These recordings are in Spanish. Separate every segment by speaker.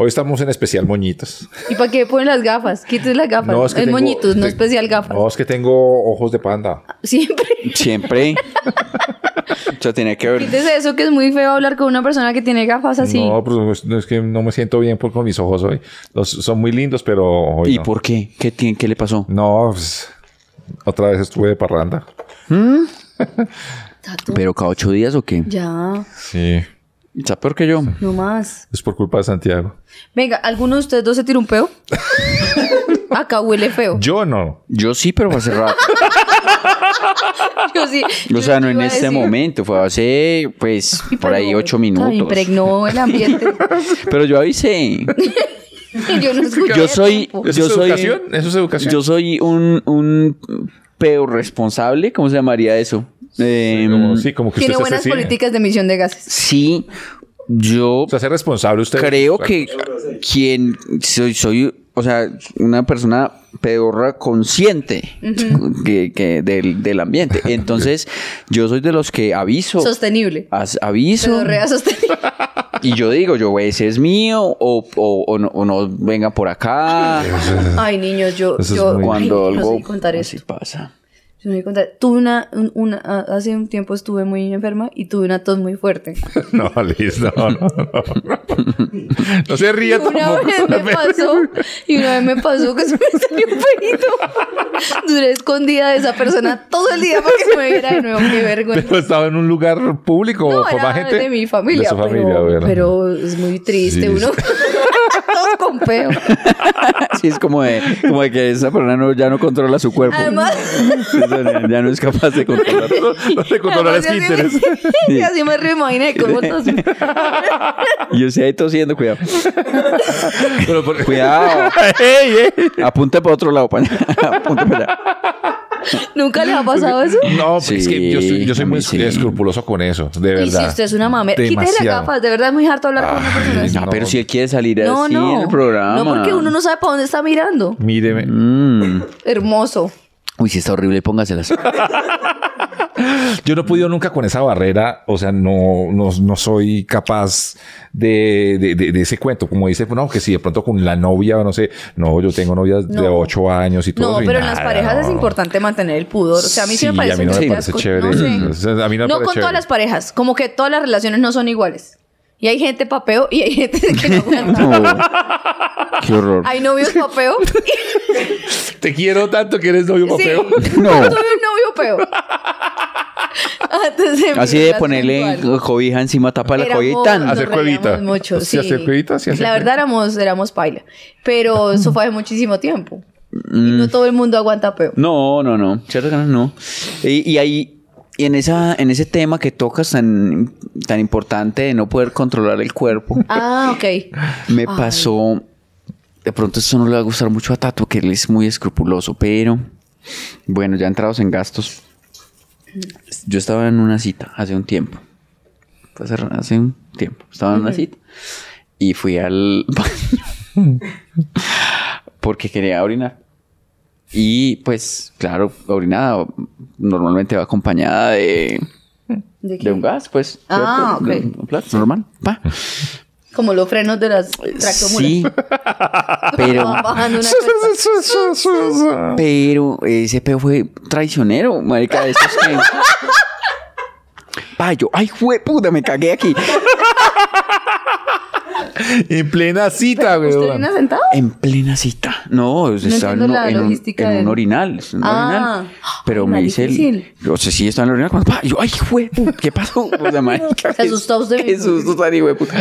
Speaker 1: Hoy estamos en especial moñitos.
Speaker 2: ¿Y para qué ponen las gafas? Quítese las gafas.
Speaker 1: No,
Speaker 2: es
Speaker 1: es que tengo-
Speaker 2: moñitos, no
Speaker 1: te-
Speaker 2: especial gafas.
Speaker 1: No, es que tengo ojos de panda.
Speaker 2: Siempre.
Speaker 3: Siempre. O sea, tenía que ver.
Speaker 2: Quítese eso que es muy feo hablar con una persona que tiene gafas así.
Speaker 1: No, pues, no es- no es que no me siento bien por, con mis ojos hoy. Los, son muy lindos, pero hoy
Speaker 3: ¿Y
Speaker 1: no.
Speaker 3: por qué? ¿Qué, tiene, ¿Qué le pasó?
Speaker 1: No, pues, otra vez estuve de parranda.
Speaker 2: Tato,
Speaker 3: ¿Pero cada ocho días o qué?
Speaker 2: Ya,
Speaker 1: Sí.
Speaker 3: Está peor que yo.
Speaker 2: no más.
Speaker 1: Es por culpa de Santiago.
Speaker 2: Venga, ¿alguno de ustedes dos se tiró un peo? Acá huele feo.
Speaker 1: Yo no.
Speaker 3: Yo sí, pero fue hace rato.
Speaker 2: Yo sí.
Speaker 3: O
Speaker 2: yo
Speaker 3: sea, no
Speaker 2: sí
Speaker 3: en
Speaker 2: iba a
Speaker 3: este
Speaker 2: decir.
Speaker 3: momento. Fue hace, pues,
Speaker 2: Y
Speaker 3: por
Speaker 2: pero-
Speaker 3: ahí ocho
Speaker 2: Ay,
Speaker 3: minutos.
Speaker 2: Impregnó el ambiente.
Speaker 3: Pero yo avisé.
Speaker 2: yo no escuché.
Speaker 3: Yo soy.
Speaker 2: tiempo.
Speaker 1: ¿Eso
Speaker 3: Yo
Speaker 1: es
Speaker 3: soy.
Speaker 1: educación? ¿Eso es educación?
Speaker 3: Yo soy un, un peo responsable. ¿Cómo se llamaría eso? Em,
Speaker 1: Como- sí, como que
Speaker 2: Tiene
Speaker 1: usted se
Speaker 2: buenas
Speaker 1: asesine.
Speaker 2: políticas de emisión de gases.
Speaker 3: sí, yo
Speaker 1: O sea, ser responsable usted.
Speaker 3: creo que quien soy, soy, o sea, una persona pedorra consciente que, que del, del ambiente. Entonces, yo soy de los que aviso.
Speaker 2: Sostenible.
Speaker 3: as- aviso.
Speaker 2: Pedorrea sostenible.
Speaker 3: Y yo digo, yo ese es mío o, o- o no, o no venga por acá.
Speaker 2: Ay, niños, yo.
Speaker 1: Eso es
Speaker 2: yo
Speaker 1: muy-
Speaker 2: ay,
Speaker 3: Cuando
Speaker 2: no
Speaker 3: algo
Speaker 2: sé contar eso.
Speaker 3: así pasa.
Speaker 2: Yo no voy a contar. Tuve una, un- una, a- hace un tiempo estuve muy enferma y tuve una tos muy fuerte.
Speaker 1: No, Liz, no, no, no. No se ría
Speaker 2: Una
Speaker 1: tampoco.
Speaker 2: vez me pasó, y una vez me pasó que se me salió un pelito. Duré escondida de esa persona todo el día para que se me viera de nuevo. Qué vergüenza.
Speaker 1: Pero estaba en un lugar público
Speaker 2: No,
Speaker 1: con
Speaker 2: era
Speaker 1: más gente.
Speaker 2: de mi familia,
Speaker 1: De su familia,
Speaker 2: pero,
Speaker 1: bueno.
Speaker 2: pero es muy triste
Speaker 1: Sí.
Speaker 2: uno. Todos con peo.
Speaker 3: Sí, es como de, como de que esa persona no- ya no controla su cuerpo.
Speaker 2: Además,
Speaker 3: ya no es capaz de controlarlo.
Speaker 1: No te controlarás
Speaker 2: además, y así
Speaker 1: Pinterest.
Speaker 2: me- y así me reimaginé cómo tos.
Speaker 3: Y yo sí ahí tosiendo, cuidado.
Speaker 1: Pero por-
Speaker 3: Cuidado.
Speaker 1: ¡Ey, ey!
Speaker 3: Apunta para otro lado, paña. Apunta para allá.
Speaker 2: ¿Nunca le ha pasado eso?
Speaker 1: No, pues
Speaker 3: Sí,
Speaker 1: es que yo soy, yo soy
Speaker 3: a
Speaker 1: muy
Speaker 3: mí sí.
Speaker 1: escrupuloso con eso, de
Speaker 2: Y si
Speaker 1: verdad.
Speaker 2: usted es una mamera, quítese las
Speaker 1: Demasiado.
Speaker 2: gafas. De verdad es muy harto hablar con una persona así.
Speaker 3: Ah, pero si él quiere salir así en el programa.
Speaker 2: No, porque uno no sabe para dónde está mirando.
Speaker 1: Míreme.
Speaker 3: Mm.
Speaker 2: Hermoso.
Speaker 3: Uy, si está horrible, póngaselas.
Speaker 1: Yo no he podido nunca con esa barrera, o sea, no, no, no soy capaz de, de- de- de ese cuento. Como dice, no, que si de pronto con la novia, no sé, no, yo tengo novias de
Speaker 2: No.
Speaker 1: ocho años y todo.
Speaker 2: No,
Speaker 1: y
Speaker 2: pero en
Speaker 1: nada,
Speaker 2: las parejas es
Speaker 1: no.
Speaker 2: importante mantener el pudor. O sea, a mí sí, me
Speaker 1: Sí,
Speaker 2: parece
Speaker 1: a mí no
Speaker 2: un
Speaker 1: me
Speaker 2: fiasco.
Speaker 1: parece chévere.
Speaker 2: No, sé.
Speaker 1: O sea, a mí no me
Speaker 2: No
Speaker 1: parece
Speaker 2: con todas
Speaker 1: chévere.
Speaker 2: las parejas. Como que todas las relaciones no son iguales. Y hay gente papeo y hay gente que no aguanta.
Speaker 3: No. Qué horror.
Speaker 2: Hay novios papeo.
Speaker 1: Te quiero tanto que eres novio
Speaker 2: Sí.
Speaker 1: papeo.
Speaker 3: No.
Speaker 2: Yo tuve un novio peo. Antes de mi
Speaker 3: Así de
Speaker 2: relación
Speaker 3: ponerle
Speaker 2: actual.
Speaker 3: cobija encima, tapa la
Speaker 2: Éramos-
Speaker 3: cobija y tan.
Speaker 1: Hacer
Speaker 2: nos reíamos
Speaker 1: cuevita.
Speaker 2: Mucho,
Speaker 1: Sí,
Speaker 2: sí,
Speaker 1: hacer cuevita, sí, hacer
Speaker 2: La verdad éramos, éramos paila. Pero eso fue hace muchísimo tiempo. Y
Speaker 3: Mm.
Speaker 2: no todo el mundo aguanta peo.
Speaker 3: No, no, no. Ciertas ganas no. Y, y ahí, y en, esa, en ese tema que tocas tan, tan importante de no poder controlar el cuerpo,
Speaker 2: Ah, ok.
Speaker 3: me pasó. De pronto, esto no le va a gustar mucho a Tato, que él es muy escrupuloso, pero bueno, ya entrados en gastos. Yo estaba en una cita hace un tiempo. Fue Hace, hace un tiempo. Estaba en una cita. Y fui al baño. porque quería orinar. Y pues, claro, orinada normalmente va acompañada de,
Speaker 2: ¿De qué?
Speaker 3: de un gas, pues.
Speaker 2: Ah,
Speaker 3: ¿cierto? De
Speaker 2: ok.
Speaker 3: un plato normal. pa.
Speaker 2: Como los frenos de las tractomulas.
Speaker 3: Sí, pero,
Speaker 2: Estaban bajando una cuesta.
Speaker 3: pero ese peo fue traicionero, marica, de esos que... Payo. Ay, puta, me cagué aquí.
Speaker 1: En plena cita, güey.
Speaker 2: ¿Usted viene sentado?
Speaker 3: En plena cita. No, se
Speaker 2: No
Speaker 3: estaba en,
Speaker 2: entiendo
Speaker 3: un-
Speaker 2: la
Speaker 3: en un,
Speaker 2: logística
Speaker 3: en un
Speaker 2: del-
Speaker 3: orinal. es un
Speaker 2: Ah.
Speaker 3: orinal. Pero
Speaker 2: Orinal
Speaker 3: me dice el.
Speaker 2: difícil.
Speaker 3: Yo sé si estaba en el orinal cuando. pa, Yo, ay, güey, ¿qué pasó? O sea, marica,
Speaker 2: Se asustó usted
Speaker 3: Qué
Speaker 2: mismo.
Speaker 3: susto tan hijo de puta.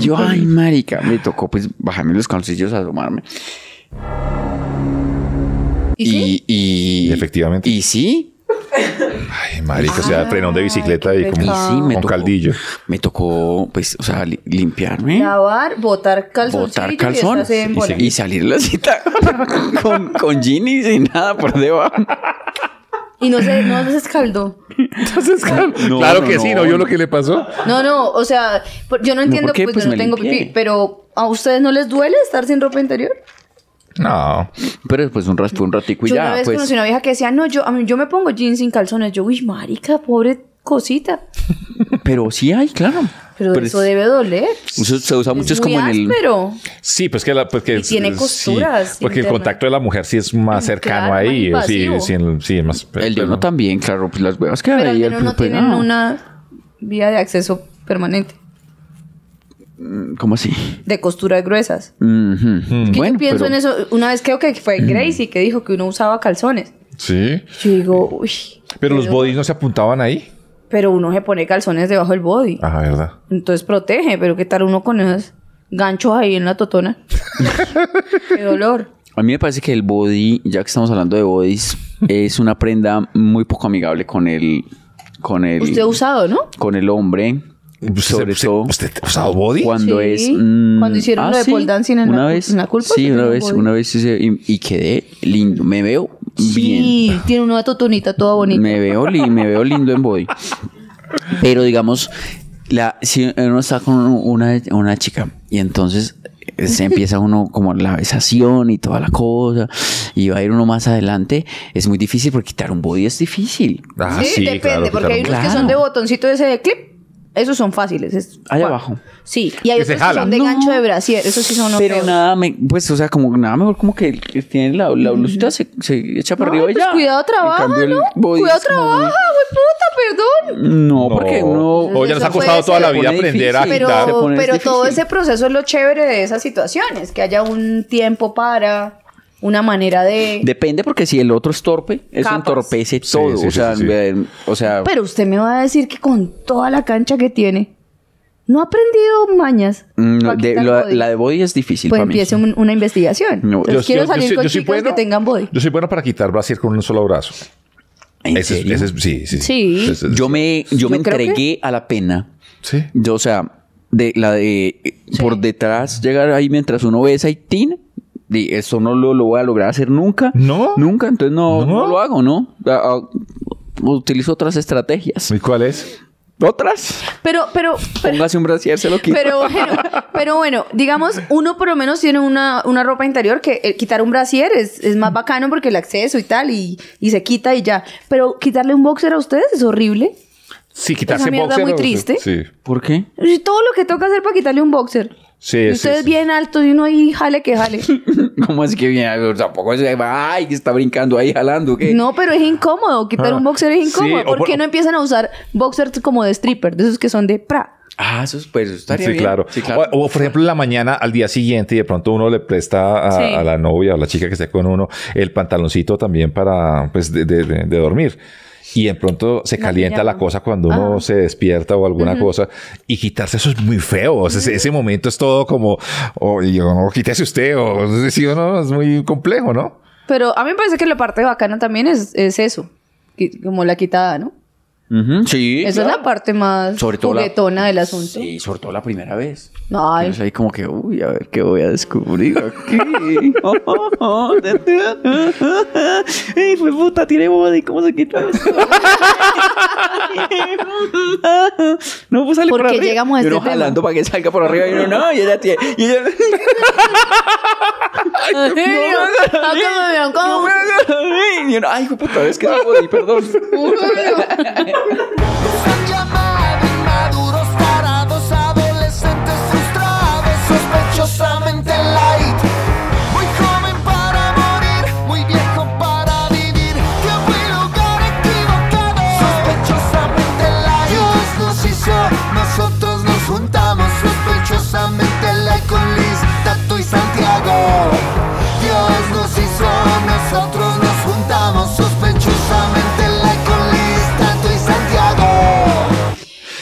Speaker 3: Y Yo, ay, marica. Me tocó pues bajarme los calzoncillos a asomarme.
Speaker 2: ¿Y sí?
Speaker 3: y-
Speaker 1: Y efectivamente.
Speaker 3: Y sí.
Speaker 1: Ay, marica, o sea, frenón de bicicleta y como
Speaker 2: Ah, qué
Speaker 3: Y
Speaker 2: Ah.
Speaker 3: sí, me
Speaker 1: con
Speaker 3: tocó.
Speaker 1: caldillo.
Speaker 3: Me tocó, pues, o sea, li- limpiarme.
Speaker 2: Lavar, botar calzón.
Speaker 3: botar calzón y, se- y
Speaker 2: Y,
Speaker 3: salir la cita con, con jeans y nada por debajo.
Speaker 2: no se, no se escaldó.
Speaker 3: No,
Speaker 1: claro
Speaker 3: no,
Speaker 1: que
Speaker 3: no.
Speaker 1: sí, ¿no vio lo que le pasó?
Speaker 2: No, no, o sea, por- yo no entiendo,
Speaker 3: ¿por qué?
Speaker 2: pues,
Speaker 3: Pues
Speaker 2: yo
Speaker 3: me
Speaker 2: no tengo
Speaker 3: limpié.
Speaker 2: pipí, pero ¿a ustedes no les duele estar sin ropa interior?
Speaker 1: No.
Speaker 3: Pero después un ras- fue un ratico y
Speaker 2: yo una
Speaker 3: ya,
Speaker 2: vez
Speaker 3: pues.
Speaker 2: conocí una vieja que decía, no, yo, a mí, yo me pongo jeans sin calzones. Yo, uy, marica, pobre cosita.
Speaker 3: Pero sí hay, claro.
Speaker 2: Pero, eso
Speaker 3: es-
Speaker 2: debe doler.
Speaker 3: eso se usa mucho es
Speaker 2: es
Speaker 3: como en el.
Speaker 2: Pero
Speaker 1: Sí, pues que la, pues que
Speaker 2: Y tiene
Speaker 1: sí,
Speaker 2: costuras
Speaker 1: porque el
Speaker 2: internas.
Speaker 1: contacto de la mujer sí es más cercano
Speaker 2: Claro, más
Speaker 1: ahí. o Sí,
Speaker 2: invasivo.
Speaker 1: sí, en- sí, más.
Speaker 3: El de uno también, claro, pues las huevas quedan
Speaker 2: pero al
Speaker 3: ahí.
Speaker 2: menos
Speaker 3: el-
Speaker 2: no
Speaker 3: pues,
Speaker 2: tienen
Speaker 3: ah,
Speaker 2: una vía de acceso permanente,
Speaker 3: ¿Cómo así?
Speaker 2: de costuras gruesas.
Speaker 3: Ujú.
Speaker 2: Que
Speaker 3: Mm, Bueno,
Speaker 2: yo pienso
Speaker 3: pero- Mm.
Speaker 2: en eso. Una vez creo que fue Gracie que dijo que uno usaba calzones.
Speaker 1: Sí.
Speaker 2: Yo digo, uy.
Speaker 1: Pero los bodies no se apuntaban ahí.
Speaker 2: Pero uno se pone calzones debajo del body.
Speaker 1: Ah, verdad.
Speaker 2: Entonces protege, pero ¿qué tal uno con esos ganchos ahí en la totona? Qué dolor.
Speaker 3: A mí me parece que el body, ya que estamos hablando de bodies, es una prenda muy poco amigable con el. Con el
Speaker 2: Usted ha usado, ¿no?
Speaker 3: con el hombre, sobre
Speaker 1: ¿Usted-
Speaker 3: todo
Speaker 1: ¿Usted ha usado body?
Speaker 3: cuando
Speaker 2: Sí.
Speaker 3: es mm,
Speaker 2: Cuando hicieron lo de pole dancing en
Speaker 3: una
Speaker 2: la-
Speaker 3: vez,
Speaker 2: en la culpa,
Speaker 3: sí,
Speaker 2: usted
Speaker 3: una
Speaker 2: tiene
Speaker 3: vez,
Speaker 2: body.
Speaker 3: una vez hice- y, y quedé lindo, me veo bien,
Speaker 2: Sí, tiene una totonita toda bonita.
Speaker 3: me veo li- me veo lindo en body, pero digamos la, si uno está con una, una chica y entonces eh, se empieza uno como la besación y toda la cosa y va a ir uno más adelante es muy difícil porque quitar un body es difícil
Speaker 1: Ah,
Speaker 2: sí, depende,
Speaker 1: claro,
Speaker 2: porque hay unos
Speaker 1: claro.
Speaker 2: que
Speaker 3: Claro.
Speaker 2: son de botoncito ese de clip. Esos son fáciles. es-
Speaker 3: Allá
Speaker 2: bueno,
Speaker 3: abajo.
Speaker 2: Sí, y hay
Speaker 1: Que se
Speaker 2: otros que
Speaker 1: jalan.
Speaker 2: son de
Speaker 3: No.
Speaker 2: gancho de brasier. Esos sí son
Speaker 3: Pero
Speaker 2: feos.
Speaker 3: nada, me- pues, o sea, como nada mejor como que el que tiene la, la blusita se, se echa para
Speaker 2: Ay,
Speaker 3: arriba y
Speaker 2: pues
Speaker 3: ya.
Speaker 2: cuidado
Speaker 3: En
Speaker 2: trabaja,
Speaker 3: cambio, el
Speaker 2: ¿no?
Speaker 3: body
Speaker 2: Cuidado
Speaker 3: es como
Speaker 2: trabaja,
Speaker 3: muy-
Speaker 2: güey, puta, perdón.
Speaker 3: No, porque no.
Speaker 1: O ya nos ha
Speaker 2: Eso puede
Speaker 1: costado toda la
Speaker 3: ser.
Speaker 1: vida
Speaker 3: Se pone
Speaker 1: aprender a
Speaker 3: difícil.
Speaker 1: quitar.
Speaker 3: Se
Speaker 2: Pero,
Speaker 3: pone- es
Speaker 2: pero todo
Speaker 3: difícil.
Speaker 2: ese proceso es lo chévere de esas situaciones, que haya un tiempo para, una manera de...
Speaker 3: Depende porque si el otro es torpe, eso
Speaker 2: Capas.
Speaker 3: entorpece
Speaker 1: Sí,
Speaker 3: todo.
Speaker 1: sí,
Speaker 3: o,
Speaker 1: sí,
Speaker 3: sea,
Speaker 1: sí, sí.
Speaker 3: eh, o sea,
Speaker 2: Pero usted me va a decir que con toda la cancha que tiene, no ha aprendido mañas.
Speaker 3: mm, no,
Speaker 2: pa'
Speaker 3: de-
Speaker 2: quitar
Speaker 3: lo-
Speaker 2: body.
Speaker 3: la de body es difícil
Speaker 2: Pues
Speaker 3: para mí.
Speaker 2: empiece un- una investigación.
Speaker 3: No,
Speaker 2: Entonces,
Speaker 3: yo-
Speaker 2: quiero
Speaker 1: soy-
Speaker 2: salir
Speaker 1: soy-
Speaker 2: con
Speaker 1: soy
Speaker 2: chicas que tengan body.
Speaker 1: Yo soy bueno para quitar brasier con un solo brazo.
Speaker 3: ¿En
Speaker 1: Ese es-
Speaker 3: serio?
Speaker 1: ese es- sí, sí.
Speaker 2: Sí.
Speaker 1: Ese es-
Speaker 3: Yo me, yo me
Speaker 2: Yo creo que-
Speaker 3: entregué a la pena.
Speaker 1: Sí.
Speaker 3: Yo, o sea, de la de eh, por detrás llegar ahí mientras uno besa y tin. Y eso no lo, lo voy a lograr hacer nunca.
Speaker 1: No.
Speaker 3: Nunca, entonces no,
Speaker 1: No.
Speaker 3: no lo hago, ¿no? Ah, ah, utilizo otras estrategias.
Speaker 1: ¿Y cuál es?
Speaker 3: ¿Otras?
Speaker 2: Pero, pero, pero,
Speaker 3: Póngase un brasier, se lo quito.
Speaker 2: pero bueno, pero bueno, digamos, uno por lo menos tiene una, una ropa interior que eh, quitar un brasier es, es más bacano porque el acceso y tal, y, y se quita y ya. Pero quitarle un boxer a ustedes es horrible.
Speaker 1: Sí, quitarse
Speaker 2: Esa mierda
Speaker 1: boxer.
Speaker 2: muy
Speaker 1: o-
Speaker 2: triste.
Speaker 1: Sí.
Speaker 3: ¿Por qué?
Speaker 2: Y Todo lo que toca hacer para quitarle un boxer.
Speaker 1: Sí,
Speaker 2: Y
Speaker 1: sí,
Speaker 2: ustedes
Speaker 1: sí.
Speaker 2: bien alto y uno ahí jale que jale.
Speaker 3: ¿Cómo así que viene? O sea, Tampoco se va, ay, que está brincando ahí jalando, ¿qué?
Speaker 2: No, pero es incómodo. Quitar
Speaker 1: Ah,
Speaker 2: un boxer es
Speaker 1: sí,
Speaker 2: incómodo.
Speaker 1: o
Speaker 2: ¿Por
Speaker 1: por-
Speaker 2: qué no empiezan a usar boxers como de stripper? De esos que son de pra.
Speaker 3: Ah, eso es, pues, eso estaría
Speaker 1: Sí,
Speaker 3: bien.
Speaker 1: claro.
Speaker 3: Sí, claro.
Speaker 1: O, o, por ejemplo, en la mañana al día siguiente y de pronto uno le presta a,
Speaker 2: Sí.
Speaker 1: a la novia o la chica que esté con uno el pantaloncito también para pues de, de- de- de dormir. Y de pronto se calienta la
Speaker 2: pijama.
Speaker 1: cosa cuando uno se despierta o alguna cosa y quitarse eso es muy feo. O sea, ese, ese momento es todo como, o yo no, quítese usted o sí o no, es muy complejo, ¿no?
Speaker 2: Pero a mí me parece que la parte bacana también es, es eso. qui- Como la quitada, ¿no?
Speaker 3: Ujú, sí.
Speaker 2: Esa es la parte más
Speaker 3: Sobre todo la-
Speaker 2: juguetona del asunto.
Speaker 3: Sí, sobre todo la primera vez.
Speaker 2: No, ay.
Speaker 3: Entonces ahí como que, uy, a ver qué voy a descubrir aquí. Ey, fue puta, tiene body, ¿cómo se quita esto? no, pues sale
Speaker 2: ¿Por
Speaker 3: por
Speaker 2: qué
Speaker 3: arriba.
Speaker 2: llegamos a
Speaker 3: Y
Speaker 2: este
Speaker 3: uno
Speaker 2: tema?
Speaker 3: jalando para que salga por arriba y uno, no, y ella tiene, y ella...
Speaker 2: ¿En serio? Ah, ¿cómo me vieron? ¿Cómo?
Speaker 3: Y uno, ay, fue puta, es que es body, perdón.
Speaker 4: Sospechosamente light, muy joven para morir, muy viejo para vivir. Tiempo y lugar equivocado. Sospechosamente light.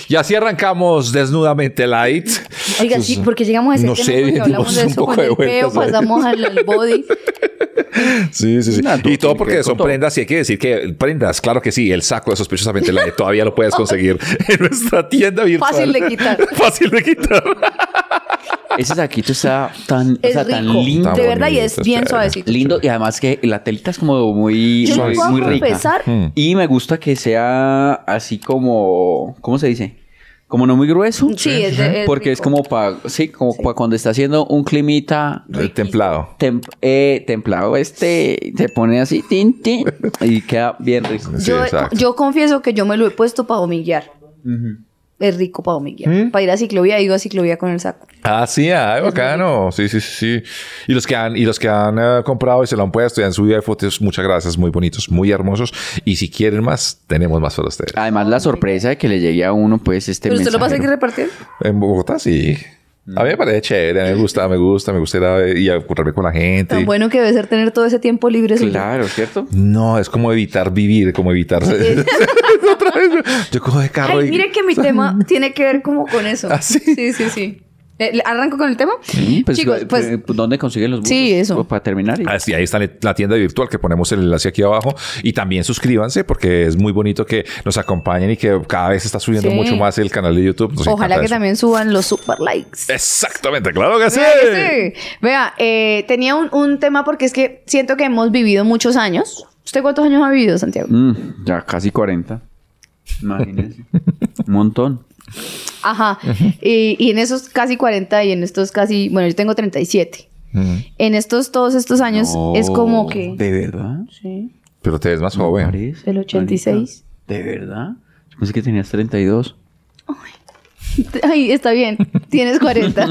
Speaker 1: Y así arrancamos desnudamente light.
Speaker 2: Oiga, sí, porque llegamos a ese
Speaker 1: No
Speaker 2: tema
Speaker 1: sé,
Speaker 2: porque hablamos
Speaker 1: dimos
Speaker 2: de
Speaker 1: un
Speaker 2: eso
Speaker 1: poco
Speaker 2: con
Speaker 1: de
Speaker 2: el peo,
Speaker 1: vueltas ahí.
Speaker 2: pasamos al, al body.
Speaker 1: Sí, sí, sí.
Speaker 3: Nah, todo
Speaker 1: y todo
Speaker 3: tiene que
Speaker 1: porque
Speaker 3: ver con
Speaker 1: son
Speaker 3: todo.
Speaker 1: prendas y hay que decir que prendas, claro que sí, el saco de sospechosamente la todavía lo puedes conseguir en nuestra tienda virtual.
Speaker 2: Fácil de quitar.
Speaker 1: Fácil de quitar.
Speaker 3: Ese saquito está tan, o
Speaker 2: Es
Speaker 3: sea,
Speaker 2: rico.
Speaker 3: tan lindo.
Speaker 2: de verdad, y es
Speaker 1: bonito,
Speaker 2: bien
Speaker 1: está
Speaker 2: suavecito.
Speaker 3: Lindo y además que la telita es como muy,
Speaker 2: Yo no
Speaker 3: muy-
Speaker 2: puedo
Speaker 3: muy rica.
Speaker 2: confesar
Speaker 1: Mm.
Speaker 3: Y me gusta que sea así como, ¿cómo se dice? Como no muy grueso.
Speaker 2: Sí, es de- es
Speaker 3: Porque es
Speaker 2: rico.
Speaker 3: como para, sí, como pa' cuando está haciendo un climita
Speaker 1: El templado.
Speaker 3: tem- eh, templado este, te pone así, tin, tin, y queda bien rico.
Speaker 1: Sí,
Speaker 2: yo,
Speaker 1: exacto.
Speaker 2: yo confieso que yo me lo he puesto para dominguear. Es rico para dominguear. Para ir a ciclovía, digo a ciclovía con el saco.
Speaker 1: Ah, sí, ah, bacano. Sí, sí, sí. sí. Y los que han, y los que han eh, comprado y se lo han puesto y han subido de fotos, muchas gracias, muy bonitos, muy hermosos. Y si quieren más, tenemos más para ustedes.
Speaker 3: Además, la sorpresa de que le llegue a uno, pues, este
Speaker 2: ¿Pero usted lo pasa
Speaker 3: mensaje.
Speaker 2: que repartir?
Speaker 1: En Bogotá, sí. A mí me parece chévere, me gusta, me gusta, me gusta ir a, y a encontrarme con la gente.
Speaker 2: Tan bueno que debe ser tener todo ese tiempo libre. suyo.
Speaker 3: Claro, ¿cierto?
Speaker 1: No, es como evitar vivir, como evitar. Otra vez. Yo cojo de carro
Speaker 2: Ay,
Speaker 1: y.
Speaker 2: mire que mi tema tiene que ver como con eso.
Speaker 1: ¿Ah, sí?
Speaker 2: Sí, sí, sí. Eh, le- ¿Arranco con el tema?
Speaker 3: Pues,
Speaker 2: Chicos,
Speaker 3: eh,
Speaker 2: pues...
Speaker 3: ¿dónde consiguen los
Speaker 2: Sí,
Speaker 3: buzos? Pues,
Speaker 2: eso.
Speaker 3: Para terminar. y-
Speaker 1: Ah, sí, ahí está la tienda virtual que ponemos el enlace aquí abajo. Y también suscríbanse porque es muy bonito que nos acompañen y que cada vez está subiendo
Speaker 2: Sí.
Speaker 1: mucho más el canal de YouTube.
Speaker 3: pues,
Speaker 1: Nos
Speaker 2: Ojalá
Speaker 1: encanta
Speaker 2: que
Speaker 1: eso.
Speaker 2: también suban los super likes.
Speaker 3: Eh.
Speaker 1: Exactamente, claro que sí.
Speaker 2: Vea, que sí. Vea, eh, tenía un, un tema porque es que siento que hemos vivido muchos años. ¿Usted cuántos años ha vivido, Santiago?
Speaker 3: Mm, ya casi 40. Imagínense. Un montón.
Speaker 2: Ajá. y, y en esos casi 40 y en estos casi, bueno, yo tengo 37. En estos, todos estos años es como que...
Speaker 3: Mm. ¿De verdad?
Speaker 2: Sí,
Speaker 1: Pero te ves más joven.
Speaker 3: Parece,
Speaker 2: del 86.
Speaker 3: marica. ¿De verdad? Yo pensé que tenías 32.
Speaker 2: Ay, está bien. Tienes 40.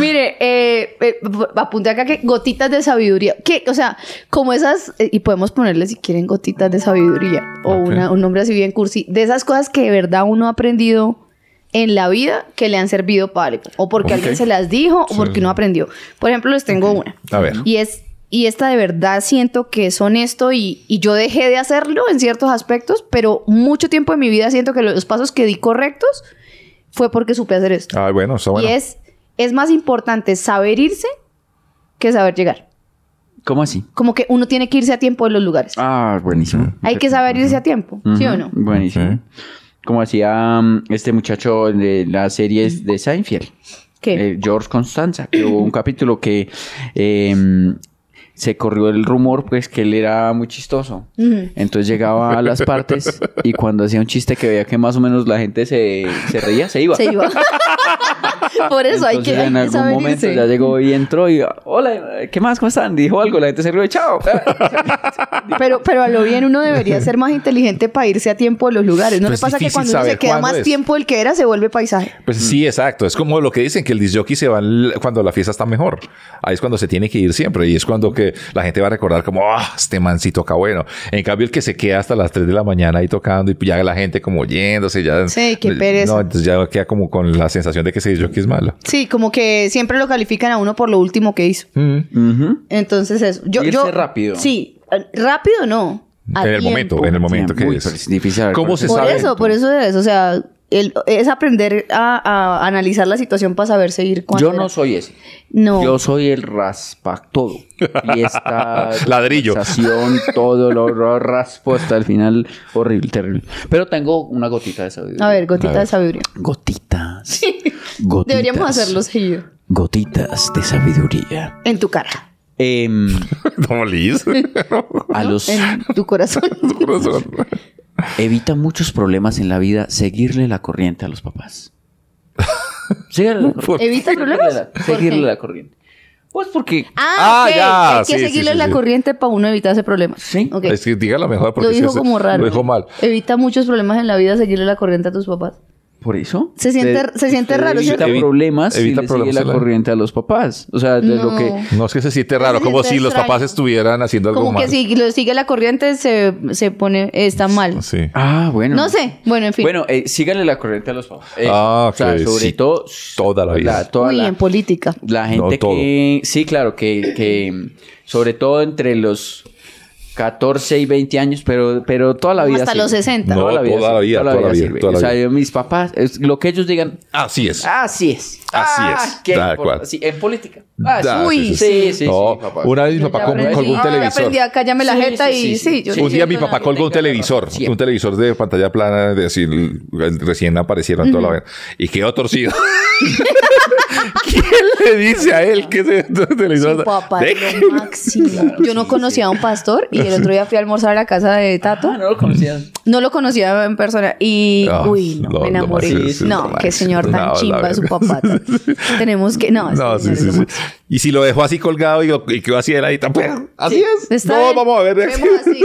Speaker 2: Mire, eh, eh, apunte acá que gotitas de sabiduría. ¿Qué? O sea, como esas, eh, y podemos ponerle si quieren gotitas de sabiduría o
Speaker 1: Ok.
Speaker 2: una- un nombre así bien cursi, de esas cosas que de verdad uno ha aprendido en la vida que le han servido para algo, o porque
Speaker 1: Ok.
Speaker 2: alguien se las dijo o porque no aprendió. Por ejemplo, les tengo una.
Speaker 1: A ver.
Speaker 2: Y es... Y esta de verdad siento que es honesto y, y yo dejé de hacerlo en ciertos aspectos, pero mucho tiempo en mi vida siento que los pasos que di correctos fue porque supe hacer esto.
Speaker 1: Ay, bueno, Ah, está bueno.
Speaker 2: Y es, es más importante saber irse que saber llegar.
Speaker 3: ¿Cómo así?
Speaker 2: Como que uno tiene que irse a tiempo de los lugares.
Speaker 3: Ah, buenísimo.
Speaker 2: Hay que saber irse a tiempo, ¿sí o no?
Speaker 3: Ujú, Buenísimo.
Speaker 1: Ok.
Speaker 3: Como hacía mm, este muchacho de las series de Seinfeld.
Speaker 2: ¿Qué?
Speaker 3: eh, George Constanza, que hubo un capítulo que eh, se corrió el rumor, pues, que él era muy chistoso. Entonces llegaba a las partes y cuando hacía un chiste que veía que más o menos la gente se, se reía, se iba.
Speaker 2: Se iba. Por eso hay que,
Speaker 3: Entonces,
Speaker 2: hay
Speaker 3: en
Speaker 2: que
Speaker 3: algún
Speaker 2: saber
Speaker 3: momento
Speaker 2: irse.
Speaker 3: ya llegó y entró y hola, ¿qué más? ¿Cómo están? Dijo algo, la gente se rió y chao.
Speaker 2: Pero, pero a lo bien uno debería ser más inteligente para irse a tiempo de los lugares. ¿No
Speaker 1: Pero
Speaker 2: le
Speaker 1: es
Speaker 2: pasa que
Speaker 1: difícil
Speaker 2: cuando uno se
Speaker 1: saber
Speaker 2: queda
Speaker 1: cuándo
Speaker 2: más
Speaker 1: es.
Speaker 2: tiempo del que era, se vuelve paisaje?
Speaker 1: Pues sí, exacto. Es como lo que dicen que el disjockey se va l- cuando la fiesta está mejor. Ahí es cuando se tiene que ir siempre y es cuando que la gente va a recordar como, ah, este man sí toca bueno. En cambio, el que se queda hasta las 3 de la mañana ahí tocando y ya la gente como yéndose, ya.
Speaker 2: Sí, qué pereza.
Speaker 1: No, entonces ya queda como con la sensación de que ese disjockey es malo.
Speaker 2: Sí, como que siempre lo califican a uno por lo último que hizo. Entonces eso. Yo,
Speaker 3: Irse
Speaker 2: yo,
Speaker 3: rápido.
Speaker 2: Sí, eh, rápido no. a
Speaker 1: en el momento,
Speaker 2: tiempo.
Speaker 1: en el momento
Speaker 3: Tiempo.
Speaker 1: que
Speaker 3: Uy,
Speaker 1: es.
Speaker 3: pero es difícil saber
Speaker 1: ¿Cómo
Speaker 3: cuál
Speaker 1: se
Speaker 3: es
Speaker 2: Por
Speaker 1: sabe?
Speaker 2: eso, por eso es. O sea, el- es aprender a, a analizar la situación para saber seguir cuando.
Speaker 3: Yo no soy ese.
Speaker 2: No.
Speaker 3: Yo soy el raspa todo. Y esta
Speaker 1: Ladrillo.
Speaker 3: conversación, todo lo, lo raspo hasta el final. Horrible, terrible. Pero tengo una gotita de sabiduría.
Speaker 2: A ver, gotita de sabiduría.
Speaker 3: Gotitas. Gotitas.
Speaker 2: Deberíamos hacerlo seguido.
Speaker 3: Gotitas de sabiduría.
Speaker 2: En tu cara.
Speaker 3: Em,
Speaker 1: No, Liz.
Speaker 3: a los
Speaker 2: En tu corazón.
Speaker 3: evita muchos problemas en la vida seguirle la corriente a los papás. Síguele la corriente.
Speaker 2: ¿Evita problemas?
Speaker 3: Seguirle la-
Speaker 2: ¿Por
Speaker 3: Seguirle
Speaker 2: qué?
Speaker 3: la corriente. Pues porque
Speaker 2: Ah,
Speaker 1: Ah,
Speaker 2: ok.
Speaker 1: ya,
Speaker 2: Hay que
Speaker 1: sí, sí,
Speaker 2: seguirle
Speaker 1: sí,
Speaker 2: la
Speaker 1: sí.
Speaker 2: corriente para uno evitar ese problema.
Speaker 3: Sí.
Speaker 2: Ok.
Speaker 1: Es que dígalo mejor porque
Speaker 2: Lo
Speaker 1: si
Speaker 2: dijo
Speaker 1: hace-
Speaker 2: como raro.
Speaker 1: Lo dijo mal.
Speaker 2: Evita muchos problemas en la vida seguirle la corriente a tus papás.
Speaker 3: Por eso.
Speaker 2: Se siente- se siente
Speaker 3: usted
Speaker 2: raro,
Speaker 3: Evita
Speaker 1: ¿cierto?
Speaker 3: problemas y
Speaker 1: Evita
Speaker 3: le
Speaker 1: problemas
Speaker 3: sigue
Speaker 1: en
Speaker 3: la
Speaker 1: la-
Speaker 3: corriente a los papás. O sea, de lo
Speaker 2: No.
Speaker 3: que.
Speaker 1: No es que se siente raro,
Speaker 2: Se
Speaker 1: como
Speaker 2: siente
Speaker 1: si los
Speaker 2: extraño.
Speaker 1: papás estuvieran haciendo algo
Speaker 2: Como
Speaker 1: mal.
Speaker 2: que si lo sigue la corriente se, se pone, está mal.
Speaker 1: Sí.
Speaker 3: Ah, bueno.
Speaker 2: No sé. Bueno, en fin.
Speaker 3: Bueno, eh, sígale la corriente a los papás. Eh,
Speaker 1: Ah,
Speaker 3: O sea,
Speaker 1: ok,
Speaker 3: sobre
Speaker 1: sí.
Speaker 3: todo.
Speaker 1: Toda la vida.
Speaker 3: toda
Speaker 2: Uy,
Speaker 3: la-
Speaker 2: en política.
Speaker 3: La
Speaker 1: No
Speaker 3: gente
Speaker 1: todo.
Speaker 3: que. Sí, claro, que, que, Sobre todo entre los 14 y 20 años, pero, pero toda la
Speaker 2: Como
Speaker 3: vida.
Speaker 2: hasta los 60.
Speaker 1: No, toda la vida, toda la vida,
Speaker 3: sirve.
Speaker 1: toda la
Speaker 3: O sea,
Speaker 1: vida.
Speaker 3: yo- mis papás, es- lo que ellos digan, "Ah,
Speaker 1: Así es.
Speaker 3: así es.
Speaker 1: Así
Speaker 3: Ah,
Speaker 1: es,
Speaker 3: qué
Speaker 1: tal
Speaker 3: importa.
Speaker 1: cual.
Speaker 3: Sí, en política. Ah,
Speaker 1: Da,
Speaker 2: Uy,
Speaker 3: sí, sí, sí,
Speaker 1: No,
Speaker 3: sí, papá.
Speaker 1: Una vez mi
Speaker 2: Yo
Speaker 1: papá
Speaker 2: ya
Speaker 1: colgó,
Speaker 2: aprendí.
Speaker 1: colgó un
Speaker 2: Ah, Yo
Speaker 1: televisor.
Speaker 2: aprendí a callarme la
Speaker 3: Sí,
Speaker 2: jeta
Speaker 3: sí, sí,
Speaker 2: y
Speaker 3: sí.
Speaker 2: sí. yo
Speaker 3: Sí.
Speaker 2: no
Speaker 1: un día mi
Speaker 2: siento
Speaker 1: papá
Speaker 2: nada.
Speaker 1: colgó un
Speaker 3: Tenga la
Speaker 1: televisor,
Speaker 3: razón.
Speaker 1: un televisor de pantalla plana, de decir, recién aparecieron toda la vaina, y quedó torcido. ¿Quién le dice a él que ese televisor?
Speaker 2: Su papá es
Speaker 1: Deje-
Speaker 2: lo máximo. Yo no conocía a un pastor y el otro día fui a almorzar a la casa de Tato.
Speaker 3: Ah, no lo conocías.
Speaker 2: No lo conocía en persona y
Speaker 1: Ah,
Speaker 2: uy, no,
Speaker 1: no,
Speaker 2: me
Speaker 1: lo
Speaker 2: enamoré.
Speaker 1: máximo, sí,
Speaker 2: no,
Speaker 1: lo
Speaker 2: qué
Speaker 1: máximo.
Speaker 2: señor
Speaker 1: No,
Speaker 2: tan
Speaker 1: la
Speaker 2: chimba su
Speaker 1: verga.
Speaker 2: papá. Tenemos que no,
Speaker 1: No,
Speaker 2: este
Speaker 1: sí,
Speaker 2: señor
Speaker 1: sí,
Speaker 2: es lo
Speaker 1: sí. Y si lo dejó así colgado y, lo- y quedó así de ladita, pues, así es.
Speaker 2: Está
Speaker 1: no,
Speaker 2: bien.
Speaker 1: vamos a ver.
Speaker 2: Vemos así.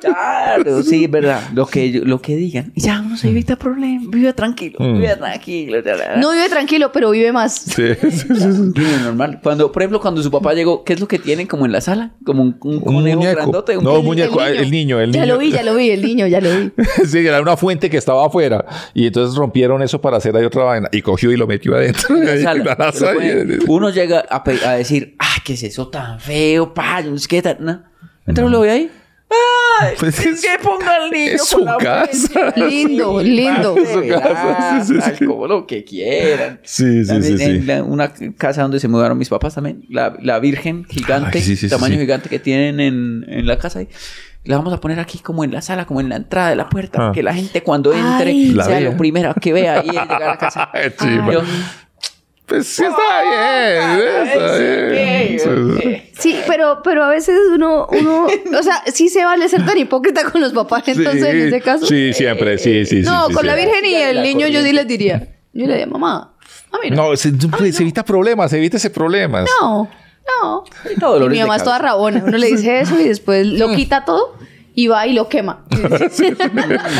Speaker 3: Claro, sí, verdad. Lo que, lo que digan. Y Ya,
Speaker 1: Mm.
Speaker 3: uno se evita problemas. Vive tranquilo. Vive tranquilo. ya, ya, ya.
Speaker 2: No vive tranquilo, pero vive más.
Speaker 1: Sí, sí, sí, sí.
Speaker 3: Vive normal. Cuando, por ejemplo, cuando su papá llegó, ¿qué es lo que tienen como en la sala? Como un, un conejo grandote. Un
Speaker 1: no,
Speaker 3: conejo.
Speaker 1: un muñeco. El, niño, el niño.
Speaker 2: ya lo vi, ya lo vi, el niño, ya lo vi.
Speaker 1: Sí, era una fuente que estaba afuera. Y entonces rompieron eso para hacer ahí otra vaina. Y cogió y lo metió adentro.
Speaker 3: en la sala.
Speaker 1: En la
Speaker 3: Se lo
Speaker 1: sala.
Speaker 3: ponen. Uno llega a, pe- a decir, ah, ¿qué es eso tan feo? Pa, yo no sé qué tal. No. Entonces lo ve ahí. Ay,
Speaker 1: Pues
Speaker 3: es
Speaker 1: es-
Speaker 3: que ponga al niño
Speaker 1: es
Speaker 3: con
Speaker 1: su
Speaker 3: la
Speaker 1: casa.
Speaker 3: fuente.
Speaker 2: Lindo,
Speaker 3: Sí,
Speaker 2: lindo.
Speaker 3: va a ser,
Speaker 1: Es su casa, sí, sí,
Speaker 3: tal
Speaker 1: sí.
Speaker 3: Como lo que quieran.
Speaker 1: Sí, sí, sí,
Speaker 3: También en
Speaker 1: sí.
Speaker 3: la- una casa donde se mudaron mis papás también. La, la virgen gigante,
Speaker 1: Ay, sí, sí, sí,
Speaker 3: tamaño
Speaker 1: sí.
Speaker 3: gigante que tienen en, en la casa. ahí. La vamos a poner aquí como en la sala, como en la entrada de la puerta.
Speaker 1: Ah.
Speaker 3: Que la gente cuando entre
Speaker 2: Ay.
Speaker 1: La
Speaker 3: sea
Speaker 1: vea.
Speaker 3: lo primero que vea y llegar a la casa.
Speaker 1: Ay, chimba.
Speaker 3: Yo,
Speaker 1: Pues sí, está bien. Está bien. Sí, sí.
Speaker 2: Sí, pero, pero a veces uno, uno, o sea, sí se vale ser tan hipócrita con los papás, entonces en ese caso.
Speaker 1: Sí, siempre. Sí, sí, sí.
Speaker 2: no,
Speaker 1: sí,
Speaker 2: con
Speaker 1: sí.
Speaker 2: la Virgen y
Speaker 3: Ya la
Speaker 2: el niño yo sí
Speaker 3: corriente.
Speaker 2: les diría. Yo le diría, mamá, a mí no.
Speaker 1: No, se, pues, se evita problemas, se evita ese problemas.
Speaker 2: No, no.
Speaker 3: todo
Speaker 2: Y
Speaker 3: dolores
Speaker 2: mi
Speaker 3: de
Speaker 2: mamá es toda
Speaker 3: cabeza.
Speaker 2: rabona. Uno le dice eso y después lo quita todo y va y lo quema.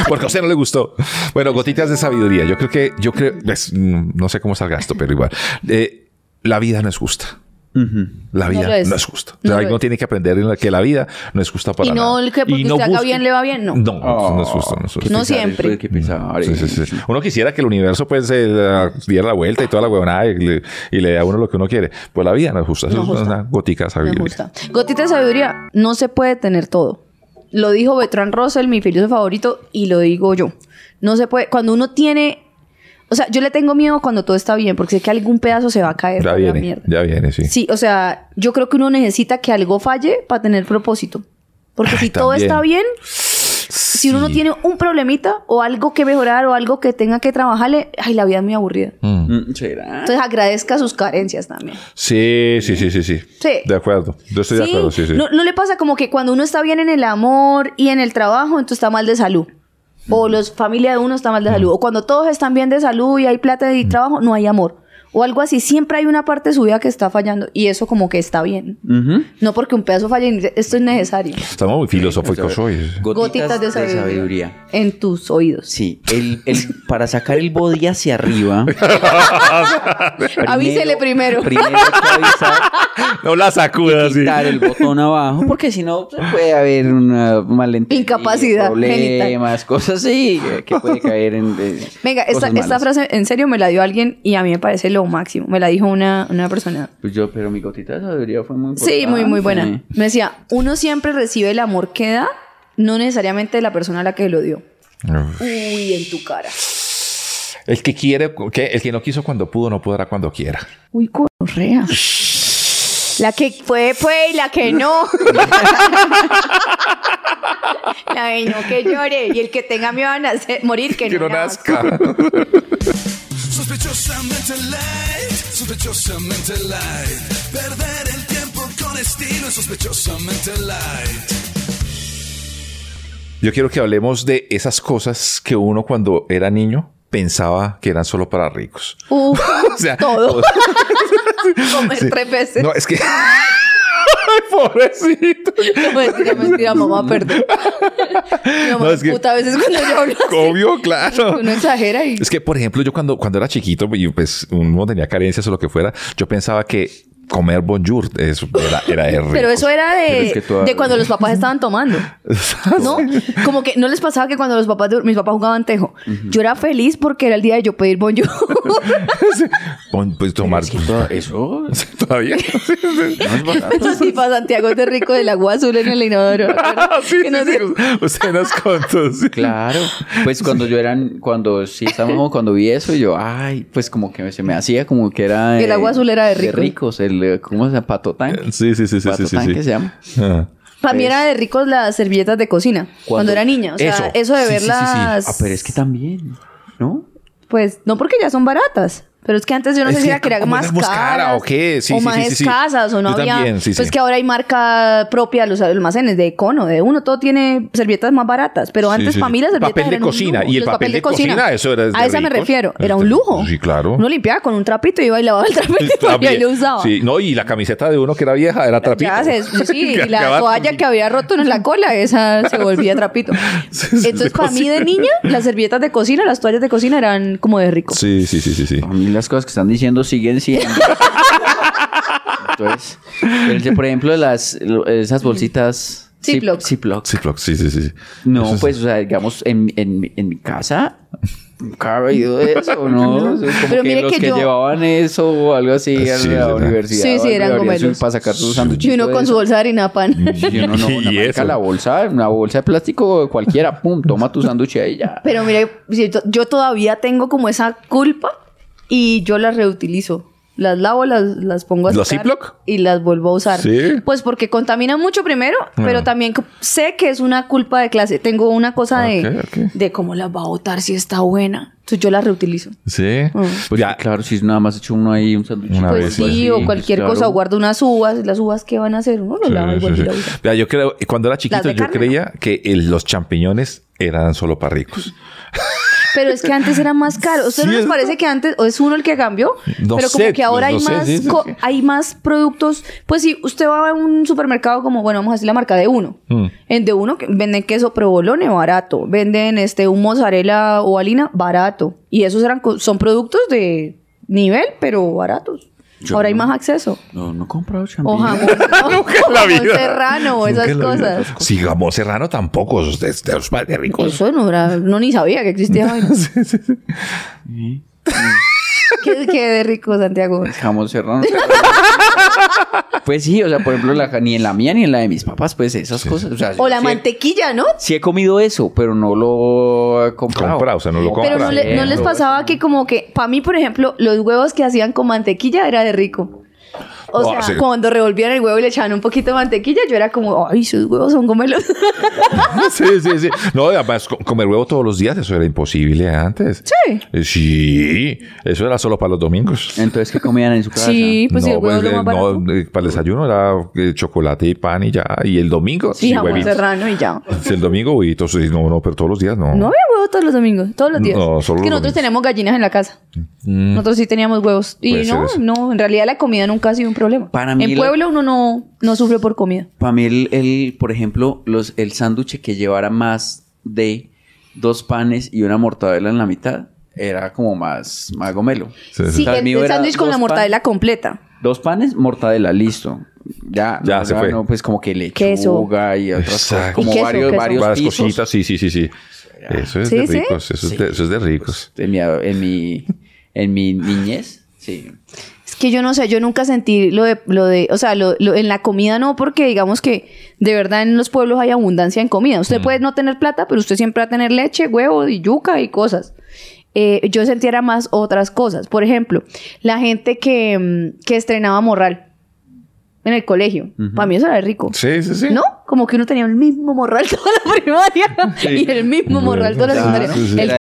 Speaker 1: Porque a usted no le gustó. Bueno, gotitas de sabiduría. Yo creo que, yo creo, pues, mm, no sé cómo salga esto, pero igual. Eh, la vida no es justa. La vida no,
Speaker 2: No lo es.
Speaker 1: es. justa. O sea,
Speaker 2: No lo
Speaker 1: uno
Speaker 2: es.
Speaker 1: tiene que aprender en la- que la vida no es justa para
Speaker 2: Y no Oh,
Speaker 1: nada.
Speaker 2: el que porque usted haga bien le va bien, no.
Speaker 1: No, no es justo, no es justo.
Speaker 2: No siempre.
Speaker 3: Hay que pensar,
Speaker 1: Sí,
Speaker 3: eh.
Speaker 1: sí, sí. Uno quisiera que el universo pues se la- diera la vuelta y toda la huevonada y le, y le dé a uno lo que uno quiere. Pues la vida no es justa. Eso
Speaker 2: No
Speaker 1: es
Speaker 2: justa.
Speaker 1: una gotica de
Speaker 2: Me
Speaker 1: sabiduría.
Speaker 2: gusta. Gotita de sabiduría, no se puede tener todo. Lo dijo Bertrand Russell, mi filósofo favorito, y lo digo yo. No se puede, cuando uno tiene, o sea, yo le tengo miedo cuando todo está bien, porque sé que algún pedazo se va a caer.
Speaker 1: Ya
Speaker 2: por la
Speaker 1: viene,
Speaker 2: mierda.
Speaker 1: ya viene, sí.
Speaker 2: Sí, o sea, yo creo que uno necesita que algo falle para tener propósito. Porque si
Speaker 1: Ay,
Speaker 2: todo
Speaker 1: también.
Speaker 2: está bien, si uno no tiene un problemita o algo que mejorar o algo que tenga que trabajarle, ay, la vida es muy aburrida.
Speaker 3: Mm, ¿Será?
Speaker 2: Entonces agradezca sus carencias también.
Speaker 1: Sí, sí, sí, sí, sí.
Speaker 2: Sí.
Speaker 1: De acuerdo. Yo estoy de acuerdo, sí, sí.
Speaker 2: No, no le pasa como que cuando uno está bien en el amor y en el trabajo, entonces está mal de salud.
Speaker 1: Mm.
Speaker 2: O los familia de uno está mal de salud. O cuando todos están bien de salud y hay plata
Speaker 1: Mm.
Speaker 2: y trabajo, no hay amor. O algo así. Siempre hay una parte de su vida que está fallando. Y eso como que está bien.
Speaker 3: Ujú.
Speaker 2: No porque un pedazo falle, ni- esto es necesario.
Speaker 1: Estamos muy filosóficos hoy.
Speaker 2: Gotitas de sabiduría. En tus oídos.
Speaker 3: Sí, el, el- para sacar el body hacia arriba.
Speaker 2: Avísele primero.
Speaker 3: Primero hay que avisar,
Speaker 1: No la sacudas, Ah, sí.
Speaker 3: quitar el botón abajo, porque si no se puede haber una malentendido,
Speaker 2: Incapacidad
Speaker 3: problemas, cosas así que- que puede caer en. eh,
Speaker 2: Venga, esta,
Speaker 3: cosas
Speaker 2: esta
Speaker 3: malas.
Speaker 2: frase en serio me la dio alguien y a mí me parece lo máximo. Me la dijo una, una persona.
Speaker 3: Pues yo, pero mi gotita de sabiduría fue muy
Speaker 2: Sí, muy, muy buena.
Speaker 3: importante.
Speaker 2: Me decía, uno siempre recibe el amor que da, no necesariamente de la persona a la que lo dio. Uy, en tu cara.
Speaker 1: El que quiere, que el que no quiso cuando pudo, no podrá cuando quiera.
Speaker 2: Uy, correa. La que fue, fue y la que no. la de no que llore y el que tenga miedo a nacer- morir, que, no, nazca.
Speaker 4: Sospechosamente light, sospechosamente light. Perder el tiempo con estilo es sospechosamente light.
Speaker 1: Yo quiero que hablemos de esas cosas que uno cuando era niño pensaba que eran solo para ricos.
Speaker 2: Uf,
Speaker 1: O sea,
Speaker 2: todo.
Speaker 1: o-
Speaker 2: Comer
Speaker 1: sí.
Speaker 2: tres veces.
Speaker 1: No, es que. Ay, Pobrecito.
Speaker 2: mentira, mentira, mamá, perdón. Mi mamá
Speaker 1: No, es que-
Speaker 2: puta a veces cuando yo hablo así,
Speaker 1: Obvio, claro.
Speaker 2: uno exagera y...
Speaker 1: Es que, por ejemplo, yo cuando, cuando era chiquito y pues uno tenía carencias o lo que fuera, yo pensaba que comer bonjour. Eso era, era de rico.
Speaker 2: Pero eso era
Speaker 3: Pero
Speaker 2: de,
Speaker 3: es que tú-
Speaker 2: de cuando los papás estaban tomando.
Speaker 1: Ah,
Speaker 2: ¿No? Como que no les pasaba que cuando los papás de- mis papás jugaban tejo. Yo era feliz porque era el día de yo pedir bonjour.
Speaker 1: Bon- pues tomar.
Speaker 3: Eso es
Speaker 1: Todavía.
Speaker 2: Eso sí, para Santiago de Rico del agua azul en el inodoro.
Speaker 1: Ah, sí,
Speaker 2: Que no
Speaker 1: sí,
Speaker 2: sé-
Speaker 1: sí. Usted nos contó. sí.
Speaker 3: claro. Pues cuando yo eran, cuando sí estábamos, cuando vi eso, yo, ay, pues como que se me hacía como que era. eh,
Speaker 2: El agua azul era de rico.
Speaker 3: ricos, el, eh, ¿cómo se llama? Pato tanque.
Speaker 1: Sí, sí, sí, sí,
Speaker 3: Pato
Speaker 1: sí, sí,
Speaker 3: tanque
Speaker 1: sí.
Speaker 3: se llama.
Speaker 1: Ah.
Speaker 2: Para mí era de ricos las servilletas de cocina cuando,
Speaker 3: Cuando-
Speaker 2: era niña. O sea, eso,
Speaker 1: Sí, sí, sí,
Speaker 2: de
Speaker 1: sí.
Speaker 2: verlas.
Speaker 3: Ah, pero es que también, ¿no?
Speaker 2: Pues no porque ya son baratas. Pero es que antes yo no
Speaker 1: Es
Speaker 2: sé si
Speaker 1: que
Speaker 2: era que era
Speaker 1: como
Speaker 2: más
Speaker 1: era más cara,
Speaker 2: caras,
Speaker 1: ¿o qué? Sí,
Speaker 2: o
Speaker 1: sí,
Speaker 2: más
Speaker 1: sí, sí, sí.
Speaker 2: escasas o no
Speaker 1: Yo
Speaker 2: había.
Speaker 1: también, sí,
Speaker 2: pues
Speaker 1: sí.
Speaker 2: que ahora hay marca propia los almacenes de Econo, de uno todo tiene servietas más baratas, pero
Speaker 1: Sí,
Speaker 2: antes
Speaker 1: sí,
Speaker 2: para
Speaker 1: sí.
Speaker 2: mí las servietas
Speaker 1: Papel de
Speaker 2: eran un
Speaker 1: cocina,
Speaker 2: lujo.
Speaker 1: y el
Speaker 2: Los
Speaker 1: papel de cocina, eso era de
Speaker 2: A esa me
Speaker 1: ricos.
Speaker 2: refiero, era un lujo.
Speaker 1: Sí, claro.
Speaker 2: Uno limpiaba con un trapito y iba y lavaba el trapito y ahí
Speaker 1: También.
Speaker 2: pues, lo usaba.
Speaker 1: Sí, no, y la camiseta de uno que era vieja era trapito.
Speaker 2: Ya se- sí, sí, y la
Speaker 1: Acababa-
Speaker 2: toalla que había roto en la cola, esa se volvía trapito.
Speaker 1: Sí, sí,
Speaker 2: Entonces,
Speaker 1: de
Speaker 2: para mí de
Speaker 1: cocina.
Speaker 2: niña, las servietas de cocina, las toallas de cocina eran como de rico.
Speaker 1: Sí, sí, sí, sí, sí.
Speaker 3: A mí las cosas que están diciendo siguen siendo. Entonces, el de- por ejemplo, las, lo- esas bolsitas. zip-
Speaker 2: Ziploc.
Speaker 3: Ziploc.
Speaker 1: Sí, Flox, sí, sí, sí. Eso
Speaker 3: No,
Speaker 1: es-
Speaker 3: pues, o sea, digamos, en, en, mi- en mi casa nunca había oído eso, ¿no? O sea, como
Speaker 2: Pero
Speaker 3: que
Speaker 2: mire
Speaker 3: los
Speaker 2: que
Speaker 3: que,
Speaker 2: yo-
Speaker 3: llevaban eso o algo así a
Speaker 1: Sí,
Speaker 3: la
Speaker 1: ¿verdad?
Speaker 3: universidad.
Speaker 2: Sí, sí, eran
Speaker 3: abrían su-
Speaker 2: gomelos.
Speaker 3: Para sacar sus sándwiches.
Speaker 2: Y uno con su bolsa de harina pan.
Speaker 1: mm.
Speaker 3: Y uno no,
Speaker 1: Y
Speaker 3: una marica,
Speaker 1: eso.
Speaker 3: la bolsa, una bolsa de plástico cualquiera, pum, toma tu sándwich ahí ya.
Speaker 2: Pero mire, si to- yo todavía tengo como esa culpa y yo las reutilizo. Las lavo, las, las pongo a
Speaker 1: ¿Las
Speaker 2: secar
Speaker 1: Ziploc?
Speaker 2: Y las vuelvo a usar.
Speaker 1: Sí.
Speaker 2: Pues porque contamina mucho primero, pero también co- sé que es una culpa de clase. Tengo una cosa de,
Speaker 1: Ok, ok.
Speaker 2: de cómo las va a botar si está buena. Entonces yo las reutilizo.
Speaker 1: Sí.
Speaker 2: Mm.
Speaker 3: Pues
Speaker 1: Pues ya,
Speaker 3: claro, si es nada más hecho uno ahí un sándwich.
Speaker 1: Una
Speaker 2: Pues
Speaker 1: vez,
Speaker 2: sí, o cualquier cosa, o
Speaker 3: guarda.
Speaker 2: guardo unas uvas, las uvas que van a hacer, uno lo
Speaker 1: Sí,
Speaker 2: lava y
Speaker 1: sí,
Speaker 2: vuelve
Speaker 1: sí.
Speaker 2: y la usa.
Speaker 1: Vea, yo creo, cuando era chiquito,
Speaker 2: de
Speaker 1: yo
Speaker 2: carne,
Speaker 1: creía que el- los champiñones eran solo para ricos.
Speaker 2: Pero es que antes era más caro. ¿Usted no les
Speaker 1: ¿Cierto?
Speaker 2: parece que antes, o es uno el que cambió?
Speaker 1: No
Speaker 2: pero como
Speaker 1: sé,
Speaker 2: que ahora hay,
Speaker 1: pues, no sé,
Speaker 2: más
Speaker 1: sí, sí,
Speaker 2: co-
Speaker 1: sí.
Speaker 2: hay más productos. Pues si usted va a un supermercado como, bueno, vamos a decir la marca de uno.
Speaker 1: Mm.
Speaker 2: En de uno que- venden queso provolone barato. Venden este un mozzarella o harina barato. Y esos eran co- son productos de nivel, pero baratos. ahora hay más acceso.
Speaker 3: No, no he comprado
Speaker 2: O
Speaker 3: champiñones.
Speaker 2: jamón, o jamón serrano, o esas cosas.
Speaker 1: Si Gamón Serrano tampoco es de, de los más de ricos.
Speaker 2: Eso no era, no ni sabía que existía. vaina. qué, qué de rico, Santiago.
Speaker 3: Jamón serrano. pues sí, o sea, por ejemplo, la, ni en la mía ni en la de mis papás, pues esas cosas. O, sea,
Speaker 2: O la
Speaker 3: sí he-
Speaker 2: mantequilla, ¿no?
Speaker 3: Sí he comido eso, pero no lo he comprado.
Speaker 1: Comprado, o sea, no lo
Speaker 2: Pero no,
Speaker 1: compras.
Speaker 2: le- no les pasaba que como que, para mí, por ejemplo, los huevos que hacían con mantequilla era de rico. O
Speaker 1: Ah, sí.
Speaker 2: sea, cuando revolvían el huevo y le echaban un poquito de mantequilla, yo era como, ay, sus huevos son gomelos.
Speaker 1: sí, sí, sí. No, además, co- comer huevo todos los días, eso era imposible antes.
Speaker 2: Sí.
Speaker 1: Eh, Sí, eso era solo para los domingos.
Speaker 3: Entonces, ¿qué comían en su casa?
Speaker 2: Sí, pues sí, el
Speaker 1: no,
Speaker 2: huevo
Speaker 1: pues,
Speaker 2: es lo
Speaker 1: eh,
Speaker 2: más barato.
Speaker 1: no, eh, para el desayuno era eh, chocolate y pan y ya. Y el domingo,
Speaker 2: sí, jamón
Speaker 1: huevitos.
Speaker 2: serrano y ya.
Speaker 1: El domingo, huevitos. Sí, No, no, pero todos los días no.
Speaker 2: No había huevo todos los domingos, todos los días.
Speaker 1: No, solo
Speaker 2: es que
Speaker 1: los
Speaker 2: nosotros
Speaker 1: domingos. Mm.
Speaker 2: teníamos gallinas en la casa. Nosotros sí teníamos huevos. Y
Speaker 1: Puede ser
Speaker 2: no,
Speaker 1: eso.
Speaker 2: no, en realidad la comida nunca ha sido un problema.
Speaker 3: Para mí
Speaker 2: en
Speaker 3: la-
Speaker 2: pueblo uno no, no sufre por comida.
Speaker 3: Para mí, el, el, por ejemplo, los, el sándwich que llevara más de dos panes y una mortadela en la mitad era como más, más gomelo.
Speaker 1: Sí, sí.
Speaker 2: Sí,
Speaker 3: O sea, el
Speaker 2: el,
Speaker 3: mío
Speaker 2: el
Speaker 3: era
Speaker 2: sándwich con la
Speaker 3: dos pan-
Speaker 2: mortadela completa.
Speaker 3: Dos panes, mortadela, listo. Ya,
Speaker 1: Ya,
Speaker 3: no,
Speaker 1: se fue.
Speaker 3: no, pues como que lechuga
Speaker 2: Queso.
Speaker 3: y otras cosas.
Speaker 1: Exacto.
Speaker 3: Como
Speaker 2: Y queso,
Speaker 3: varios,
Speaker 2: queso.
Speaker 3: varios
Speaker 1: varias
Speaker 3: pisos.
Speaker 1: cositas, sí, sí, sí, sí. Eso es
Speaker 2: Sí,
Speaker 1: de
Speaker 2: sí.
Speaker 1: ricos, eso, es de, eso es de ricos.
Speaker 3: En mi, en mi, en mi niñez, sí.
Speaker 2: Es que yo no sé, yo nunca sentí lo de, lo de o sea, lo, lo- en la comida no, porque digamos que de verdad en los pueblos hay abundancia en comida.
Speaker 3: Mm.
Speaker 2: Usted puede no tener plata, pero usted siempre va a tener leche, huevo y yuca y cosas. Eh, yo sentiera más otras cosas. Por ejemplo, la gente que, mm, que estrenaba morral en el colegio. Para mí eso era rico.
Speaker 1: Sí, sí, sí.
Speaker 2: ¿No? Como que uno tenía el mismo morral toda la primaria y el mismo morral toda la secundaria.
Speaker 3: Claro.
Speaker 2: El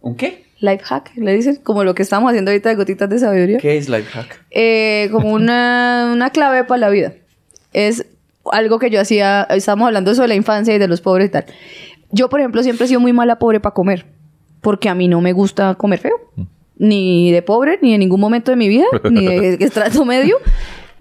Speaker 3: ¿Un qué?
Speaker 2: Life hack, le dicen, como lo que estamos haciendo ahorita de gotitas de sabiduría.
Speaker 3: ¿Qué es Lifehack?
Speaker 2: Eh, como una, una clave para la vida. Es algo que yo hacía, estábamos hablando sobre la infancia y de los pobres y tal. Yo, por ejemplo, siempre he sido muy mala pobre para comer, porque a mí no me gusta comer feo, ni de pobre, ni en ningún momento de mi vida, ni de estrato medio.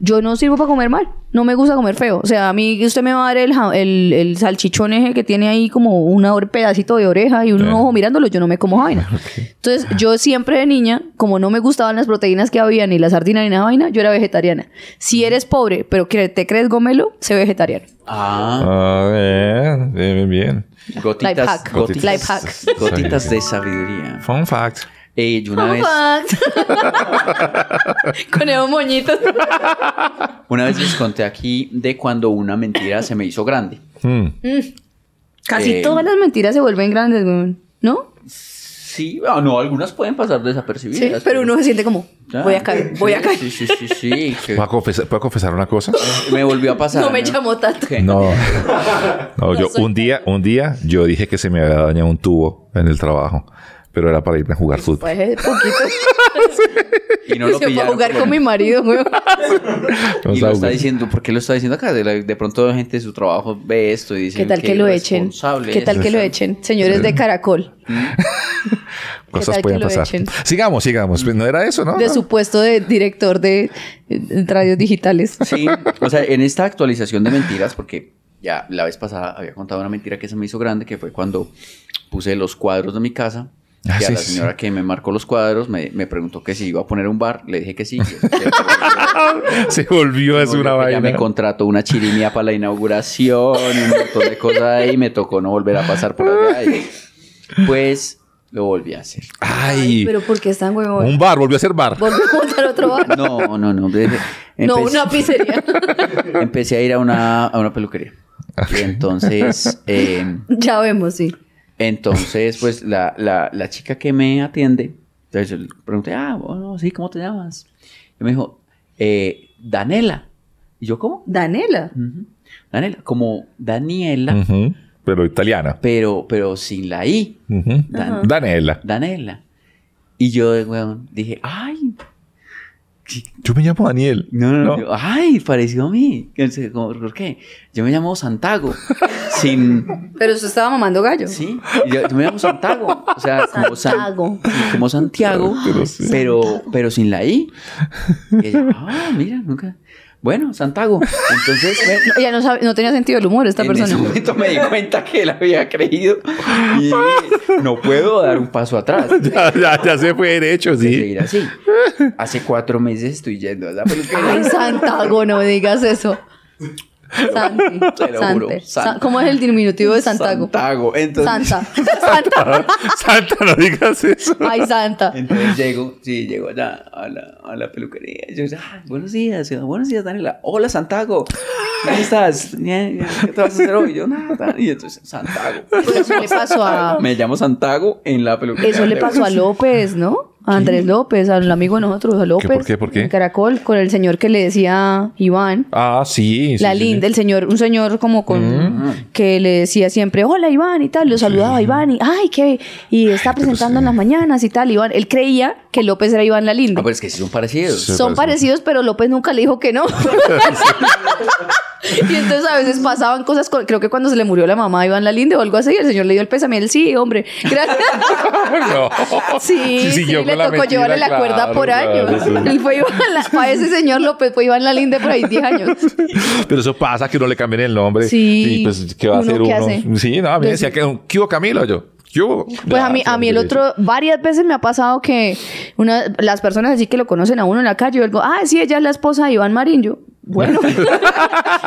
Speaker 2: Yo no sirvo para comer mal, no me gusta comer feo. O sea, a mí usted me va a dar el, ja- el, el salchichón ese que tiene ahí como un pedacito de oreja y un ojo mirándolo, yo no me como esa vaina. Entonces, yo siempre de niña, como no me gustaban las proteínas que había, ni la sardina, ni nada vaina, yo era vegetariana. Si eres pobre, pero cre- te crees gomelo, sé vegetariano.
Speaker 1: Ah, bien, bien, bien, bien.
Speaker 3: Gotitas.
Speaker 2: Life hack.
Speaker 3: Gotitas,
Speaker 2: Life hack.
Speaker 3: gotitas de sabiduría.
Speaker 1: Fun fact.
Speaker 3: Eh, yo una vez,
Speaker 2: Con esos moñitos.
Speaker 3: una vez les conté aquí de cuando una mentira se me hizo grande.
Speaker 2: Mm. Casi
Speaker 3: Eh,
Speaker 2: todas las mentiras se vuelven grandes, güey. ¿no?
Speaker 3: Sí, ah, no, algunas pueden pasar
Speaker 2: Sí,
Speaker 3: desapercibidas.
Speaker 2: pero uno se siente como,
Speaker 3: Ah,
Speaker 2: voy a caer, voy a
Speaker 3: sí,
Speaker 2: caer.
Speaker 3: Sí, sí, sí, sí. que
Speaker 1: ¿Puedo confesar, puedo confesar una cosa?
Speaker 3: me volvió a pasar.
Speaker 2: No me llamó tanto.
Speaker 1: No, no, yo un día, un día yo dije que se me había dañado un tubo en el trabajo, pero era para irme a jugar fútbol.
Speaker 2: Pues es
Speaker 3: Y no
Speaker 2: poquito.
Speaker 3: lo
Speaker 2: Se fue a
Speaker 3: pillaron.
Speaker 2: jugar
Speaker 3: por lo
Speaker 2: con mi
Speaker 3: menos.
Speaker 2: marido, güey.
Speaker 3: Y
Speaker 1: sea,
Speaker 3: lo está
Speaker 1: güey.
Speaker 3: diciendo, ¿por qué lo está diciendo acá? De, la- de pronto gente de su trabajo ve esto y dice
Speaker 2: ¿Qué tal que lo echen?
Speaker 3: irresponsable
Speaker 2: ¿Qué
Speaker 3: es.
Speaker 2: tal que lo echen? Señores de Caracol, tal
Speaker 1: Cosas
Speaker 2: que
Speaker 1: pueden
Speaker 2: lo
Speaker 1: pasar.
Speaker 2: echen?
Speaker 1: Sigamos, sigamos. Pues No era eso, ¿no?
Speaker 2: de su puesto de director de eh, radios digitales.
Speaker 3: Sí, o sea, en esta actualización de mentiras, porque ya la vez pasada había contado una mentira que se me hizo grande, que fue cuando puse los cuadros de mi casa. Y
Speaker 1: Ah,
Speaker 3: a
Speaker 1: sí,
Speaker 3: la
Speaker 1: sí.
Speaker 3: señora que me marcó los cuadros me, me preguntó que si iba a poner un bar. Le dije que sí.
Speaker 1: Se volvió es una
Speaker 3: Ya me
Speaker 1: vaina.
Speaker 3: contrató una chirimía para la inauguración, un montón de cosas ahí. Me tocó no volver a pasar por allá. y, pues lo volví a hacer.
Speaker 1: Ay,
Speaker 2: Pero ¿por qué están huevón?
Speaker 1: un bar, volvió a ser bar.
Speaker 2: Volvió a montar otro bar.
Speaker 3: No, no, no. Empecé,
Speaker 2: No, una pizzería.
Speaker 3: empecé a ir a una, a una peluquería. Y entonces, eh,
Speaker 2: ya vemos, sí.
Speaker 3: entonces, pues la, la, la chica que me atiende, entonces yo le pregunté, ah, bueno, sí, ¿cómo te llamas? Y me dijo, eh, Danela. Y yo, ¿cómo?
Speaker 2: Danela.
Speaker 3: Mm. Danela, como Daniela,
Speaker 1: Ujú, Pero italiana.
Speaker 3: pero, pero sin la I,
Speaker 1: Ujú.
Speaker 3: Dan-
Speaker 1: Daniela.
Speaker 3: Danela. Y yo, weón, dije, ay,
Speaker 1: Yo me llamo Daniel.
Speaker 3: No, no, yo, Ay, pareció a mí. Entonces, como, ¿Por qué? Yo me llamo Santago. sin.
Speaker 2: Pero usted estaba mamando gallo.
Speaker 3: Sí. Yo, yo me llamo Santago. O sea, como, San-
Speaker 2: Santiago.
Speaker 3: como Santiago,
Speaker 1: Pero sí.
Speaker 3: pero, pero sin la I. Y ella, ah, mira, nunca. Bueno, Santago. Entonces, me-
Speaker 2: No, ya no, sabe- no tenía sentido el humor esta
Speaker 3: en ese
Speaker 2: persona.
Speaker 3: momento me di cuenta que la había creído. Y dije, no puedo dar un paso atrás.
Speaker 1: Ya, ya- ya se fue derecho,
Speaker 3: De
Speaker 1: sí.
Speaker 3: seguir así. Hace cuatro meses estoy yendo a la peluquería.
Speaker 2: Ay, Santago, no me digas eso. Santi.
Speaker 3: Te lo juro.
Speaker 2: Sante.
Speaker 3: San-
Speaker 2: Sa- ¿Cómo es el diminutivo de Santago?
Speaker 3: Santago. Entonces,
Speaker 2: Santa.
Speaker 1: Santa, no digas eso.
Speaker 2: Ay, Santa.
Speaker 3: Entonces llego, sí, llego allá a la, a la peluquería. Y Yo, ah, buenos días, yo, buenos días, Daniela. Hola, Santago. ¿Cómo estás? "Bien, bien, ¿Qué te vas a hacer hoy? Y Yo, nada. Y entonces, Santago.
Speaker 2: Pues eso le pasó a...
Speaker 3: Me llamo Santago en la peluquería.
Speaker 2: Eso le
Speaker 3: de
Speaker 2: pasó a
Speaker 3: López.
Speaker 2: López, ¿no? A Andrés López, al amigo de nosotros, a López.
Speaker 1: qué, por qué?
Speaker 2: En Caracol, con el señor que le decía Iván.
Speaker 1: Ah, sí. sí,
Speaker 2: la
Speaker 1: sí, sí.
Speaker 2: linda, el señor, un señor como con que le decía siempre, hola Iván y tal, lo saludaba Iván y ay qué y está presentando en las mañanas y tal, Iván, él creía que López era Iván la
Speaker 3: Ah,
Speaker 2: linda.
Speaker 3: pero es que sí son parecidos.
Speaker 2: Son parecidos, pero López nunca le dijo que no. y entonces a veces pasaban cosas, con- creo que cuando se le murió la mamá a Iván Lalinde o algo así, el señor le dio el pésame, él sí, hombre. Gracias.
Speaker 1: No.
Speaker 2: Sí, sí,
Speaker 1: siguió
Speaker 2: le
Speaker 1: con la
Speaker 2: tocó
Speaker 1: mentira,
Speaker 2: llevarle la
Speaker 1: claro,
Speaker 2: cuerda por
Speaker 1: claro,
Speaker 2: años.
Speaker 1: sí.
Speaker 2: Él fue Iván, La- para ese señor López fue Iván Lalinde por ahí 10 años.
Speaker 1: Pero eso pasa que uno le cambien el nombre.
Speaker 2: Sí.
Speaker 1: Y pues, ¿qué va a
Speaker 2: ¿Uno
Speaker 1: hacer
Speaker 2: qué
Speaker 1: uno?
Speaker 2: hace?
Speaker 1: Sí, no, a mí me
Speaker 2: Pues-
Speaker 1: decía que un ¿qué hubo, Camilo. Yo, ¿qué hubo?
Speaker 2: Pues a mí, a mí el otro, varias veces me ha pasado que una, las personas así que lo conocen a uno en la calle, yo digo, ah, sí, ella es la esposa de Iván Marín. Yo, bueno.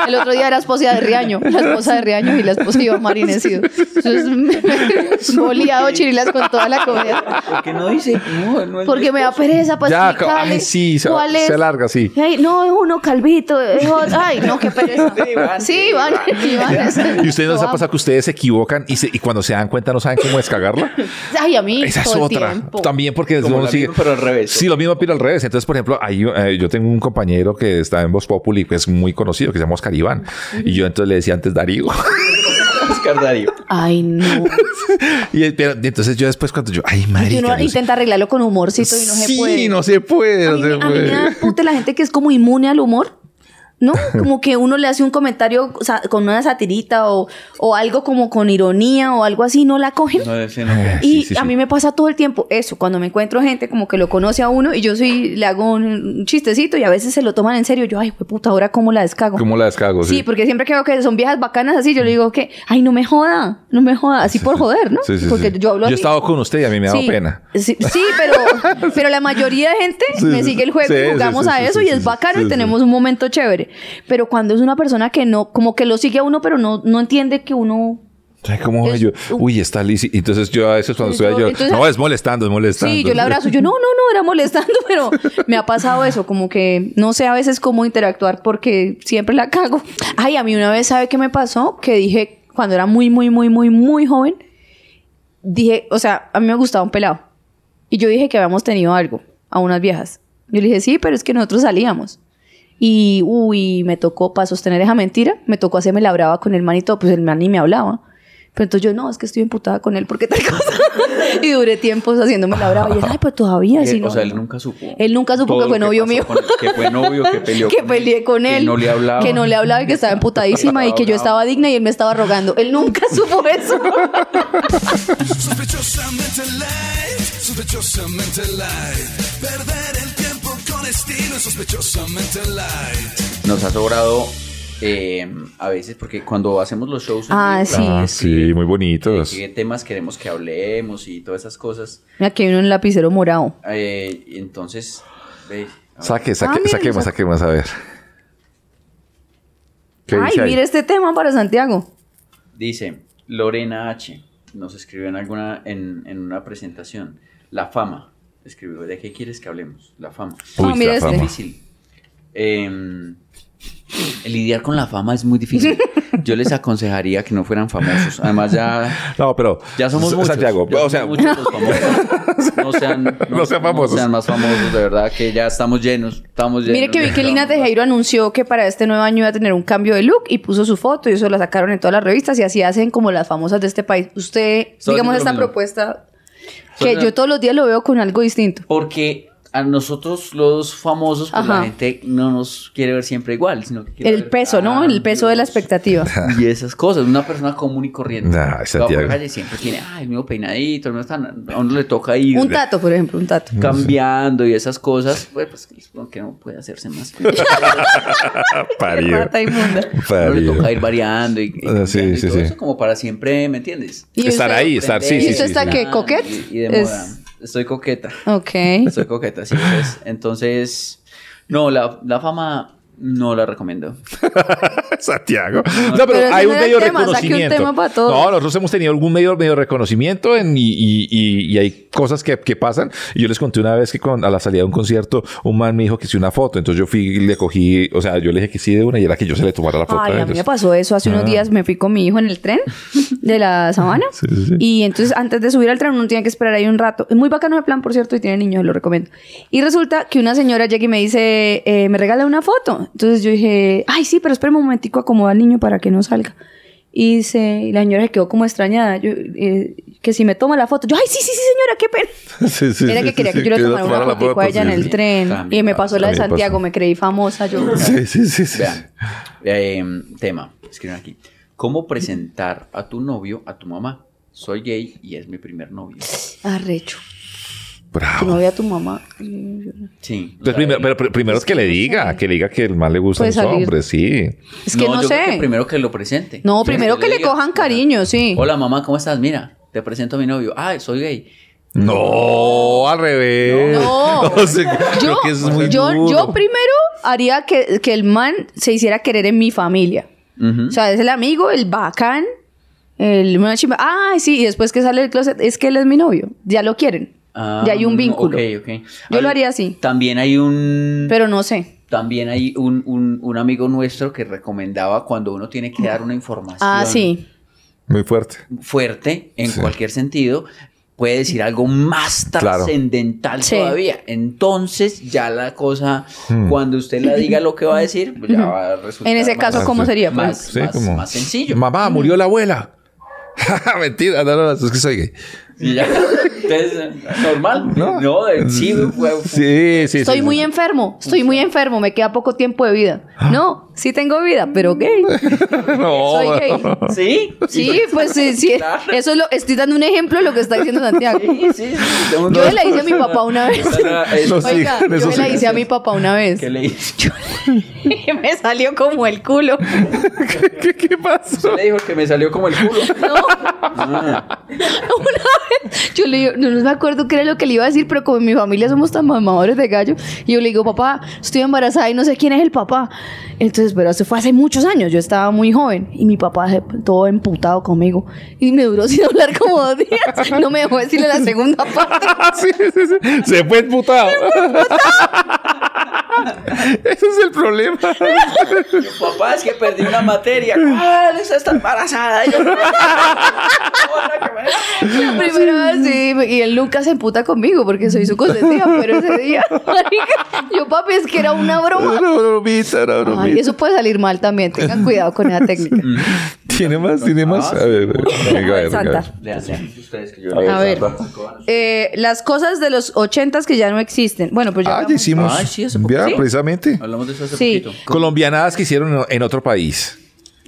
Speaker 2: el otro día era esposa de Riaño, la esposa de Riaño y la esposa de Iván Marín he sido. Entonces, me, me- boleado chirilas con toda la comida.
Speaker 3: Porque no dice, no, no es
Speaker 2: Porque me da pereza, pues.
Speaker 1: Ya, ca-
Speaker 2: explicarle
Speaker 1: ay, sí, se,
Speaker 2: ¿Cuál es?
Speaker 1: se alarga, sí.
Speaker 2: Ay, no, es uno calvito, es otro. Ay, no, qué pereza. Sí, Iván, Iván. es-
Speaker 1: Y ustedes no
Speaker 2: lo
Speaker 1: les ha
Speaker 2: amo.
Speaker 1: pasado que ustedes se equivocan y, se- y cuando se dan cuenta no saben cómo descargarla.
Speaker 2: Ay, a mí.
Speaker 1: Esa es
Speaker 2: todo el
Speaker 1: otra.
Speaker 2: tiempo.
Speaker 1: También porque
Speaker 3: Como
Speaker 1: uno
Speaker 3: la
Speaker 1: sigue-
Speaker 3: misma, pero al revés.
Speaker 1: Sí, lo mismo, pero al revés. Entonces, por ejemplo, ahí, eh, yo tengo un compañero que está en Voz Populi, que es muy conocido, que se llama Oscar Iván. Y yo entonces le decía antes Darío.
Speaker 3: Oscar Darío.
Speaker 2: Ay, no.
Speaker 1: y, él- pero- y entonces yo después cuando yo, ay,
Speaker 2: Y
Speaker 1: marica.
Speaker 2: uno
Speaker 1: yo-
Speaker 2: intenta arreglarlo con humorcito y no se
Speaker 1: sí,
Speaker 2: puede.
Speaker 1: no se puede.
Speaker 2: a, mí,
Speaker 1: no se
Speaker 2: me- a mí me
Speaker 1: puede.
Speaker 2: da puta la gente que es como inmune al humor. ¿No? Como que uno le hace un comentario sa- con una satirita o, o algo como con ironía o algo así, no la cogen.
Speaker 3: No dice, no.
Speaker 2: y
Speaker 1: Eh, sí, sí,
Speaker 2: a
Speaker 1: sí.
Speaker 2: mí me pasa todo el tiempo eso, cuando me encuentro gente como que lo conoce a uno y yo sí le hago un, un chistecito y a veces se lo toman en serio. Yo, ay, pues puta, ahora cómo la descago.
Speaker 1: ¿Cómo la descargo?
Speaker 2: Sí, porque siempre que veo que son viejas bacanas así, yo le digo que, ay, no me joda, no me joda, así por joder, ¿no?
Speaker 1: Sí, sí,
Speaker 2: porque
Speaker 1: sí.
Speaker 2: yo hablo
Speaker 1: he
Speaker 2: así.
Speaker 1: estado con usted y a mí me ha dado
Speaker 2: sí,
Speaker 1: pena.
Speaker 2: Sí, sí, pero, pero la mayoría de gente
Speaker 1: Sí,
Speaker 2: me
Speaker 1: sí,
Speaker 2: sigue el juego
Speaker 1: sí,
Speaker 2: y
Speaker 1: sí,
Speaker 2: jugamos
Speaker 1: sí,
Speaker 2: a
Speaker 1: sí,
Speaker 2: eso
Speaker 1: sí,
Speaker 2: y es
Speaker 1: sí,
Speaker 2: bacano
Speaker 1: sí,
Speaker 2: y
Speaker 1: sí.
Speaker 2: tenemos un momento chévere. Pero cuando es una persona que no, como que lo sigue a uno, pero no, no entiende que uno.
Speaker 1: Ay, ¿Cómo
Speaker 2: Es-
Speaker 1: yo? Uy, está Lizzy. Entonces yo a veces cuando estoy ahí, yo,
Speaker 2: Entonces-
Speaker 1: no, es molestando, es molestando.
Speaker 2: Sí, yo le abrazo, yo no, no, no, era molestando, pero me ha pasado eso, como que no sé a veces cómo interactuar porque siempre la cago. Ay, a mí una vez, ¿sabe qué me pasó? Que dije, cuando era muy, muy, muy, muy, muy joven, dije, o sea, a mí me gustaba un pelado. Y yo dije que habíamos tenido algo a unas viejas. Yo le dije, sí, pero es que nosotros salíamos. Y, uy, me tocó, para sostener esa mentira, me tocó hacerme la brava con el man y todo, pues el man ni me hablaba. Pero entonces yo, no, es que estoy emputada con él porque tal cosa. y duré tiempos haciéndome la brava. Y él, ay, pues todavía, si
Speaker 3: Eh, o
Speaker 2: no.
Speaker 3: sea, él nunca supo.
Speaker 2: Él nunca supo
Speaker 3: Todo
Speaker 2: que fue
Speaker 3: lo
Speaker 2: novio
Speaker 3: pasó
Speaker 2: mío.
Speaker 3: con él, que fue novio, que peleó.
Speaker 2: que
Speaker 3: con él,
Speaker 2: peleé con él.
Speaker 3: Que no le hablaba.
Speaker 2: Que no le hablaba y que estaba emputadísima y que yo estaba digna y él me estaba rogando. Él nunca supo eso.
Speaker 4: Sospechosamente light, sospechosamente light. Perder el tiempo con estilo es sospechosamente light.
Speaker 3: Nos ha sobrado eh, a veces, porque cuando hacemos los shows.
Speaker 2: Ah,
Speaker 3: la
Speaker 2: sí.
Speaker 3: gente
Speaker 1: Ah,
Speaker 3: escribe,
Speaker 1: sí, muy bonitos.
Speaker 3: ¿Qué temas queremos que hablemos y todas esas cosas?
Speaker 2: Mira, que vino un lapicero morado.
Speaker 3: Eh, y entonces, ve, a ver.
Speaker 1: Saque, saque,
Speaker 2: Ah, mira,
Speaker 1: saquemos,
Speaker 2: saca.
Speaker 1: saquemos, a ver. ¿Qué
Speaker 2: Ay,
Speaker 1: dice ahí?
Speaker 2: mira este tema para Santiago.
Speaker 3: dice Lorena H. Nos escribió en alguna en, en una presentación. La fama. Escribió, ¿de qué quieres que hablemos? La fama.
Speaker 1: Uy,
Speaker 2: Ah, mira
Speaker 1: la
Speaker 2: este.
Speaker 1: fama.
Speaker 3: difícil. Em, lidiar con la fama es muy difícil. Yo les aconsejaría que no fueran famosos. Además, ya,
Speaker 1: No, pero.
Speaker 3: ya somos
Speaker 1: S-
Speaker 3: muchos.
Speaker 1: Santiago,
Speaker 3: Ya
Speaker 1: o sea,
Speaker 3: somos muchos los famosos. No sean,
Speaker 1: No sean famosos.
Speaker 3: sean más famosos, de verdad, que ya estamos llenos. Estamos llenos.
Speaker 2: Mire que vi que Lina
Speaker 3: Estamos-
Speaker 2: Tejero anunció que para este nuevo año iba a tener un cambio de look y puso su foto y eso la sacaron en todas las revistas y así hacen como las famosas de este país. Usted,
Speaker 3: Estoy haciendo
Speaker 2: digamos,
Speaker 3: lo
Speaker 2: esta
Speaker 3: mismo.
Speaker 2: propuesta
Speaker 3: Estoy
Speaker 2: que
Speaker 3: haciendo-
Speaker 2: yo todos los días lo veo con algo distinto.
Speaker 3: Porque a nosotros los famosos, pues
Speaker 2: Ajá.
Speaker 3: la gente no nos quiere ver siempre igual, sino que quiere
Speaker 2: El
Speaker 3: ver Ah,
Speaker 2: peso, ¿no? El peso de la
Speaker 3: cambios
Speaker 2: expectativa.
Speaker 3: Y esas cosas, una persona común y corriente.
Speaker 1: Nah,
Speaker 3: Va
Speaker 1: Santiago.
Speaker 3: por la calle y siempre tiene, ay, el mismo peinadito, el mismo tan- a uno le toca ir
Speaker 2: Un tato, por ejemplo, un tato.
Speaker 3: cambiando y esas cosas, pues, pues, que supongo que no puede hacerse más.
Speaker 1: parió.
Speaker 2: Rata inmunda.
Speaker 3: A uno le
Speaker 1: Parió.
Speaker 3: toca ir variando y, y cambiando
Speaker 1: Ah, sí,
Speaker 3: y
Speaker 1: sí,
Speaker 3: todo
Speaker 1: sí.
Speaker 3: eso como para siempre, ¿me entiendes?
Speaker 2: ¿Y
Speaker 1: Estar
Speaker 2: usted-
Speaker 1: ahí, estar, sí,
Speaker 2: ¿Y
Speaker 1: sí.
Speaker 2: usted
Speaker 1: sí,
Speaker 2: está
Speaker 1: sí.
Speaker 2: qué, coquet?
Speaker 3: Y, y de
Speaker 2: Es-
Speaker 3: moda. Estoy coqueta.
Speaker 1: ¿Eh?
Speaker 2: Ok.
Speaker 3: Soy coqueta, sí. pues. Entonces, no, la, la fama No la recomiendo.
Speaker 1: Santiago. No, pero,
Speaker 2: Pero ese
Speaker 1: hay
Speaker 2: no
Speaker 1: un
Speaker 2: era el
Speaker 1: medio
Speaker 2: tema, saque un
Speaker 1: reconocimiento.
Speaker 2: tema para todos.
Speaker 1: No, nosotros hemos tenido algún medio, medio reconocimiento en- y, y- y- y hay cosas que, que pasan. Y yo les conté una vez que con- a la salida de un concierto, un man me dijo que sí una foto. Entonces yo fui y le cogí, o sea, yo le dije que sí de una y era que yo se le tomara la foto.
Speaker 2: Ay, pues, a mí
Speaker 1: Entonces-
Speaker 2: me pasó eso hace
Speaker 1: Ah.
Speaker 2: unos días. Me fui con mi hijo en el tren de la sabana.
Speaker 1: sí, sí.
Speaker 2: Y entonces, antes de subir al tren, uno tiene que esperar ahí un rato. Es muy bacano el plan, por cierto, y tiene niños, lo recomiendo. Y resulta que una señora llega y me dice, eh, ¿me regala una foto? Entonces yo dije, ay, sí, pero espérame un momentico, acomoda al niño para que no salga. Y, dice- y la señora se quedó como extrañada. Yo, eh, que si me toma la foto. Yo, ay, sí, sí, sí, señora, qué pena.
Speaker 1: Sí, sí,
Speaker 2: Era
Speaker 1: sí,
Speaker 2: que
Speaker 1: sí,
Speaker 2: quería
Speaker 1: sí,
Speaker 2: que yo
Speaker 1: quería
Speaker 2: le tomara una
Speaker 1: tomar la
Speaker 2: foto a
Speaker 1: foto,
Speaker 2: ella en
Speaker 1: sí, sí.
Speaker 2: el tren.
Speaker 3: También
Speaker 2: y me
Speaker 3: pasa,
Speaker 2: pasó la de
Speaker 3: también pasa.
Speaker 2: Santiago, me creí famosa. Yo,
Speaker 1: Sí, sí, sí, sí.
Speaker 3: Vean. Eh, tema. Escriben aquí. ¿Cómo presentar a tu novio a tu mamá? Soy gay y es mi primer novio.
Speaker 2: arrecho.
Speaker 1: Bravo.
Speaker 2: Tu novia, tu mamá.
Speaker 3: Sí.
Speaker 1: Pues primero, pero pr- primero es que le diga, que le diga que el mal le gusta a
Speaker 2: Puede
Speaker 1: los
Speaker 2: salir.
Speaker 1: hombres, sí.
Speaker 2: Es que no,
Speaker 3: yo creo
Speaker 2: sé.
Speaker 3: que primero que lo presente.
Speaker 2: No,
Speaker 3: Yo
Speaker 2: primero que le
Speaker 3: diga,
Speaker 2: cojan cariño, sí.
Speaker 3: Hola mamá, ¿cómo estás? Mira, te presento a mi novio. Ah, soy gay.
Speaker 1: No, al revés.
Speaker 2: No.
Speaker 1: O sea,
Speaker 2: Yo,
Speaker 1: creo que eso es muy
Speaker 2: yo,
Speaker 1: duro.
Speaker 2: yo primero haría que, que el man se hiciera querer en mi familia. O sea, es el amigo, el bacán, el una chimba. Ah, sí, y después que sale del closet, es que él es mi novio. Ya lo quieren.
Speaker 3: Ah,
Speaker 2: ya hay un vínculo.
Speaker 3: ok, ok.
Speaker 2: Yo lo
Speaker 3: Hay-
Speaker 2: haría así,
Speaker 3: También hay un.
Speaker 2: pero no sé.
Speaker 3: También hay un, un- un amigo nuestro que recomendaba cuando uno tiene que dar una información
Speaker 2: Ah, sí.
Speaker 1: Muy fuerte.
Speaker 3: fuerte en cualquier sentido, puede decir algo más
Speaker 1: Claro.
Speaker 3: trascendental
Speaker 2: Sí.
Speaker 3: todavía. Entonces ya la cosa,
Speaker 1: Hmm.
Speaker 3: cuando usted la diga lo que va a decir, pues ya
Speaker 2: Ujú.
Speaker 3: va a resultar
Speaker 2: En ese
Speaker 3: más-
Speaker 2: caso, ¿cómo
Speaker 1: Sí.
Speaker 2: sería? Pues, por
Speaker 3: más,
Speaker 2: ejemplo?
Speaker 1: Sí,
Speaker 3: más-
Speaker 1: como-
Speaker 3: más sencillo.
Speaker 1: Mamá, murió la abuela. Mentira, no, no, no, es que soy gay.
Speaker 3: Y ya. Entonces, normal. No, de- sí, fue-
Speaker 1: Sí, sí,
Speaker 2: Estoy
Speaker 1: sí,
Speaker 2: muy
Speaker 1: sí.
Speaker 2: enfermo, estoy muy enfermo, me queda poco tiempo de vida. No, sí tengo vida, pero gay.
Speaker 1: No,
Speaker 2: Soy gay.
Speaker 3: ¿Sí?
Speaker 2: Sí, pues sí, sí. Eso es lo, estoy dando un ejemplo de lo que está diciendo Santiago.
Speaker 3: Sí, sí, sí. Tengo
Speaker 2: Yo
Speaker 3: que-
Speaker 2: le hice a mi papá una vez.
Speaker 3: Esa- esa-
Speaker 1: No, sí,
Speaker 2: Oiga,
Speaker 1: en eso
Speaker 2: yo le
Speaker 1: sí.
Speaker 2: hice a mi papá una vez.
Speaker 3: ¿Qué le hice?
Speaker 2: Y me salió como el culo.
Speaker 1: ¿Qué, qué pasó?
Speaker 3: Yo le dijo que me salió como el culo.
Speaker 2: Una
Speaker 3: Ah,
Speaker 2: vez, yo le digo, no, no me acuerdo qué era lo que le iba a decir, pero como en mi familia somos tan mamadores de gallo, y yo le digo, papá, estoy embarazada y no sé quién es el papá. Entonces, pero eso fue hace muchos años, yo estaba muy joven, y mi papá se- todo emputado conmigo, y me duró sin hablar como dos días. No me dejó decirle la segunda parte.
Speaker 1: Sí, sí, sí. Se fue emputado. Ese es el problema.
Speaker 3: yo, papá, es que perdí una materia. ¿Cuál es esta embarazada? Y yo, "Hola, que me-
Speaker 2: La primera vez, sí, y él nunca se emputa conmigo porque soy su consentida, pero ese día, marica, yo papi, es que era una broma.
Speaker 1: Una bromita, una bromita.
Speaker 2: Ay, eso puede salir mal también, tengan cuidado con esa técnica.
Speaker 1: Tiene más, tiene más.
Speaker 3: Ah,
Speaker 1: A ver, venga, a ver, venga, a ver.
Speaker 2: Santa.
Speaker 3: Lean, lean Pues ustedes que yo
Speaker 2: A ver, eh, las cosas de los ochentas que ya no existen. Bueno, pues ya.
Speaker 1: Ah, ya
Speaker 2: hablamos.
Speaker 1: hicimos.
Speaker 3: Ay, sí, hace poco.
Speaker 1: Vea,
Speaker 3: Sí.
Speaker 1: precisamente.
Speaker 3: Hablamos de eso hace
Speaker 2: Sí.
Speaker 3: poquito.
Speaker 1: Colombianadas que hicieron en- en otro país.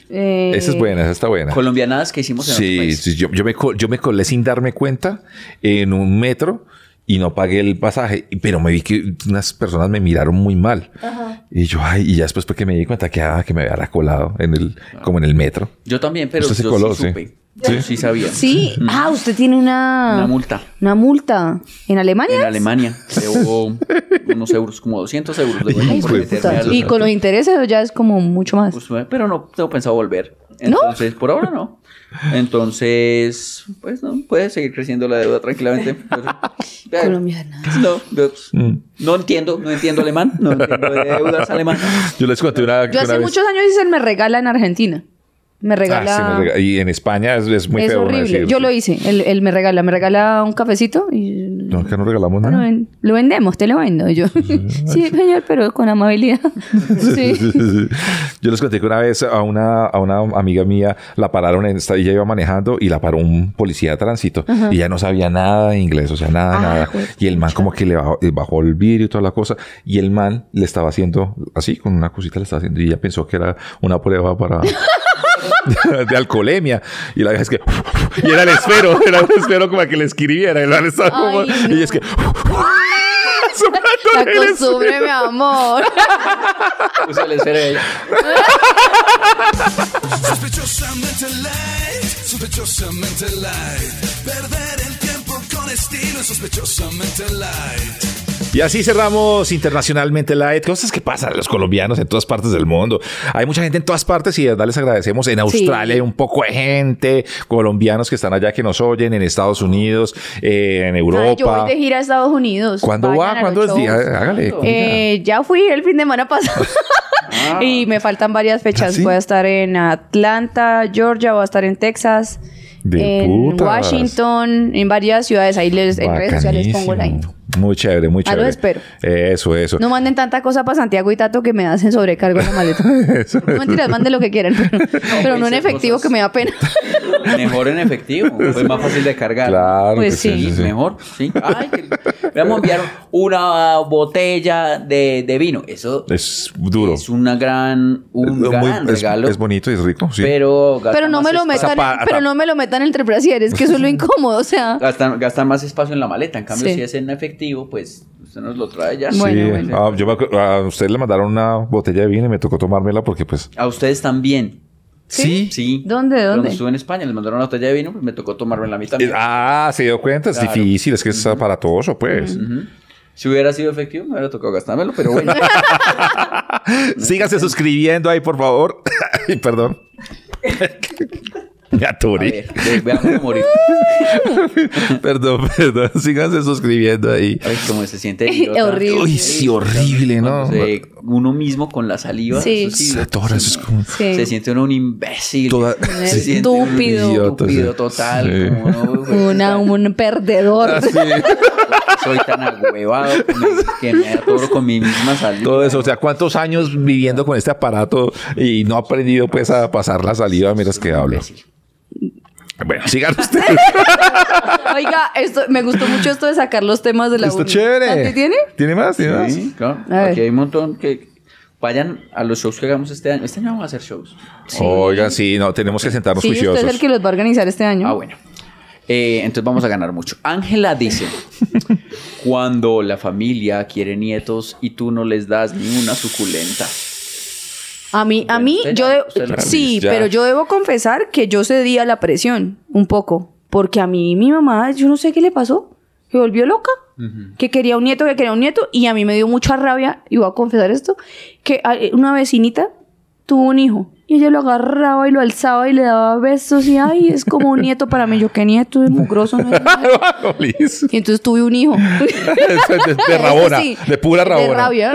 Speaker 2: Eh,
Speaker 1: Esa es buena, esa está buena.
Speaker 3: Colombianadas que hicimos en otro
Speaker 1: Sí,
Speaker 3: país.
Speaker 1: sí, yo, yo me, col- yo me colé sin darme cuenta en un metro y no pagué el pasaje, y- pero me vi que unas personas me miraron muy mal. Y yo, ay, y ya después porque me di cuenta que, ah, que me había colado en el, como en el metro.
Speaker 3: Yo también, pero yo
Speaker 1: Usted se
Speaker 3: sí
Speaker 1: coló, sí.
Speaker 3: supe. Yo sí sabía.
Speaker 2: Sí. Ah, usted tiene una.
Speaker 3: Una multa.
Speaker 2: Una multa. ¿En Alemania?
Speaker 3: En Alemania debo unos euros, como 200 euros de
Speaker 1: Ay,
Speaker 3: por
Speaker 1: hijo de
Speaker 3: meterme al-
Speaker 2: Y con los intereses ya es como mucho más.
Speaker 3: Pues, pero no tengo pensado volver. Entonces, por ahora no. Entonces, pues no, puede seguir creciendo la deuda tranquilamente. pero-
Speaker 2: Colombiana.
Speaker 3: No, yo-
Speaker 1: Mm.
Speaker 3: no entiendo, no entiendo alemán, no entiendo de deudas alemanas.
Speaker 1: Yo les conté una,
Speaker 2: Yo
Speaker 1: una
Speaker 2: hace
Speaker 1: vez-
Speaker 2: muchos años hice el me regala en Argentina. Me regala.
Speaker 1: Ah, sí, me rega- Y en España es, es muy
Speaker 2: es
Speaker 1: feo. uno
Speaker 2: horrible.
Speaker 1: decir,
Speaker 2: Yo
Speaker 1: sí.
Speaker 2: lo hice. Él, él me regala. Me regala un cafecito y.
Speaker 1: No, que no regalamos
Speaker 2: Bueno,
Speaker 1: nada.
Speaker 2: ven, lo vendemos, te lo vendo. Y yo, sí, señor, pero con amabilidad. Sí.
Speaker 1: Yo les conté que una vez a una, a una amiga mía la pararon en esta, ella iba manejando y la paró un policía de tránsito y ella no sabía nada de inglés, o sea, nada,
Speaker 2: Ah,
Speaker 1: nada.
Speaker 2: joder,
Speaker 1: Y el man como que le bajó, eh, bajó el vidrio y toda la cosa y el man le estaba haciendo así, con una cosita le estaba haciendo y ella pensó que era una prueba para... de alcoholemia y la vieja es que y era el espero era un espero como a que le escribiera y, la estaba como-
Speaker 2: Ay,
Speaker 1: y ella es que soplándole el esfero.
Speaker 2: Acostúmbreme, mi amor.
Speaker 3: Pues, el esfero-
Speaker 4: Sospechosamente light, sospechosamente light. Perder el tiempo con estilo es sospechosamente light.
Speaker 1: Y así cerramos internacionalmente la E Cosas que pasan a los colombianos en todas partes del mundo. Hay mucha gente en todas partes y de verdad les agradecemos. En Australia hay un poco de gente, colombianos que están allá que nos oyen, en Estados Unidos, eh, en Europa.
Speaker 2: Ay, yo voy de gira a Estados Unidos.
Speaker 1: ¿Cuándo va?
Speaker 2: Vayan a los
Speaker 1: ¿Cuándo es
Speaker 2: shows.
Speaker 1: día? Hágale, ¿cuándo
Speaker 2: Eh, ya fui el fin de semana pasado. y me faltan varias
Speaker 1: ¿Ah,
Speaker 2: fechas. Voy a estar en Atlanta, Georgia, voy a estar en Texas,
Speaker 1: De
Speaker 2: en
Speaker 1: putas.
Speaker 2: Washington, en varias ciudades. Ahí les, en redes sociales pongo la info.
Speaker 1: Muy chévere, muy
Speaker 2: Ah, lo
Speaker 1: chévere.
Speaker 2: espero.
Speaker 1: Eso, eso.
Speaker 2: No manden tanta cosa para Santiago y Tato que me hacen sobrecargo en la maleta.
Speaker 1: Eso,
Speaker 2: No mentiras, manden lo que quieran, pero, pero no en efectivo que me da pena.
Speaker 3: Mejor en efectivo, fue más fácil de cargar.
Speaker 1: Claro,
Speaker 2: Pues que sí, sí. sí, sí.
Speaker 3: Mejor, sí. Ay, que- le vamos a enviar una botella de, de vino. Eso
Speaker 1: Es duro.
Speaker 3: es una gran, un
Speaker 1: Muy-
Speaker 3: gran
Speaker 1: es-
Speaker 3: regalo.
Speaker 1: Es, bonito y es rico. Sí.
Speaker 3: Pero, gastan
Speaker 2: Pero no
Speaker 3: más
Speaker 2: me lo
Speaker 3: espacio.
Speaker 2: metan, en- pero no me lo metan entre brasieres, que eso es lo incómodo, o sea.
Speaker 3: Gastan, gastan más espacio en la maleta. En cambio,
Speaker 2: Sí.
Speaker 3: si es en efectivo, pues usted nos lo trae ya.
Speaker 1: Sí. Ah, yo me acu- a usted le mandaron una botella de vino y me tocó tomármela porque pues...
Speaker 3: A ustedes también.
Speaker 1: ¿Sí?
Speaker 3: Sí.
Speaker 2: ¿Dónde,
Speaker 3: Cuando
Speaker 2: dónde?
Speaker 3: estuve en España, les mandaron una botella de vino, pues me tocó tomarme la mitad.
Speaker 1: Ah, se dio cuenta, es
Speaker 3: Claro.
Speaker 1: difícil, es que es aparatoso, pues.
Speaker 3: Si hubiera sido efectivo, me hubiera tocado gastármelo, pero bueno.
Speaker 1: Síganse suscribiendo ahí, por favor. Ay, Perdón. Me aturé.
Speaker 3: Ve- Veamos cómo morir.
Speaker 1: Perdón, perdón. Síganse suscribiendo ahí.
Speaker 3: Ay, cómo se siente.
Speaker 2: Es horrible.
Speaker 1: Uy, sí, horrible, ¿no?
Speaker 3: Eh, uno mismo con la saliva.
Speaker 2: Sí.
Speaker 3: eso sí, lo-
Speaker 1: Ahora eso es como...
Speaker 2: Sí.
Speaker 3: Se siente uno un imbécil.
Speaker 1: Toda-
Speaker 2: Un
Speaker 3: Se siente un
Speaker 2: estúpido.
Speaker 3: estúpido total.
Speaker 1: Sí.
Speaker 3: como uno, güey,
Speaker 2: Una- un perdedor.
Speaker 3: Soy tan agüevado que me- que me atoro con mi misma saliva.
Speaker 1: Todo eso, o sea, ¿cuántos años viviendo con este aparato y no ha aprendido pues a pasar la saliva mientras que hablo? Bueno, sigan ustedes.
Speaker 2: Oiga, esto, me gustó mucho esto de sacar los temas de la
Speaker 1: Está
Speaker 2: uni.
Speaker 1: chévere.
Speaker 2: ¿Santi ¿Ah, tiene?
Speaker 1: ¿Tiene más? ¿Tiene más?
Speaker 3: Sí, claro.
Speaker 2: A ver.
Speaker 3: Aquí hay un montón que vayan a los shows que hagamos este año. Este año vamos a hacer shows.
Speaker 1: Oigan, sí, no, tenemos que sentarnos
Speaker 2: Sí, usted
Speaker 1: juiciosos.
Speaker 2: es el que los va a organizar este año.
Speaker 3: Ah, bueno. Eh, entonces vamos a ganar mucho. Ángela dice, cuando la familia quiere nietos y tú no les das ni una suculenta.
Speaker 2: A mí, a mí,
Speaker 3: usted
Speaker 2: yo
Speaker 3: ya-
Speaker 2: debo-
Speaker 3: usted la-
Speaker 2: sí,
Speaker 3: Ya.
Speaker 2: pero yo debo confesar que yo cedí a la presión un poco, porque a mí mi mamá, yo no sé qué le pasó, se volvió loca, que quería un nieto, que quería un nieto, y a mí me dio mucha rabia, y voy a confesar esto, que a- una vecinita tuvo un hijo y ella lo agarraba y lo alzaba y le daba besos y ay, es como un nieto para mí, yo qué nieto, es mugroso. no es nada".
Speaker 1: Liz.
Speaker 2: y entonces tuve un hijo.
Speaker 1: de, de rabona,
Speaker 2: Sí,
Speaker 1: de pura rabona.
Speaker 2: De rabia.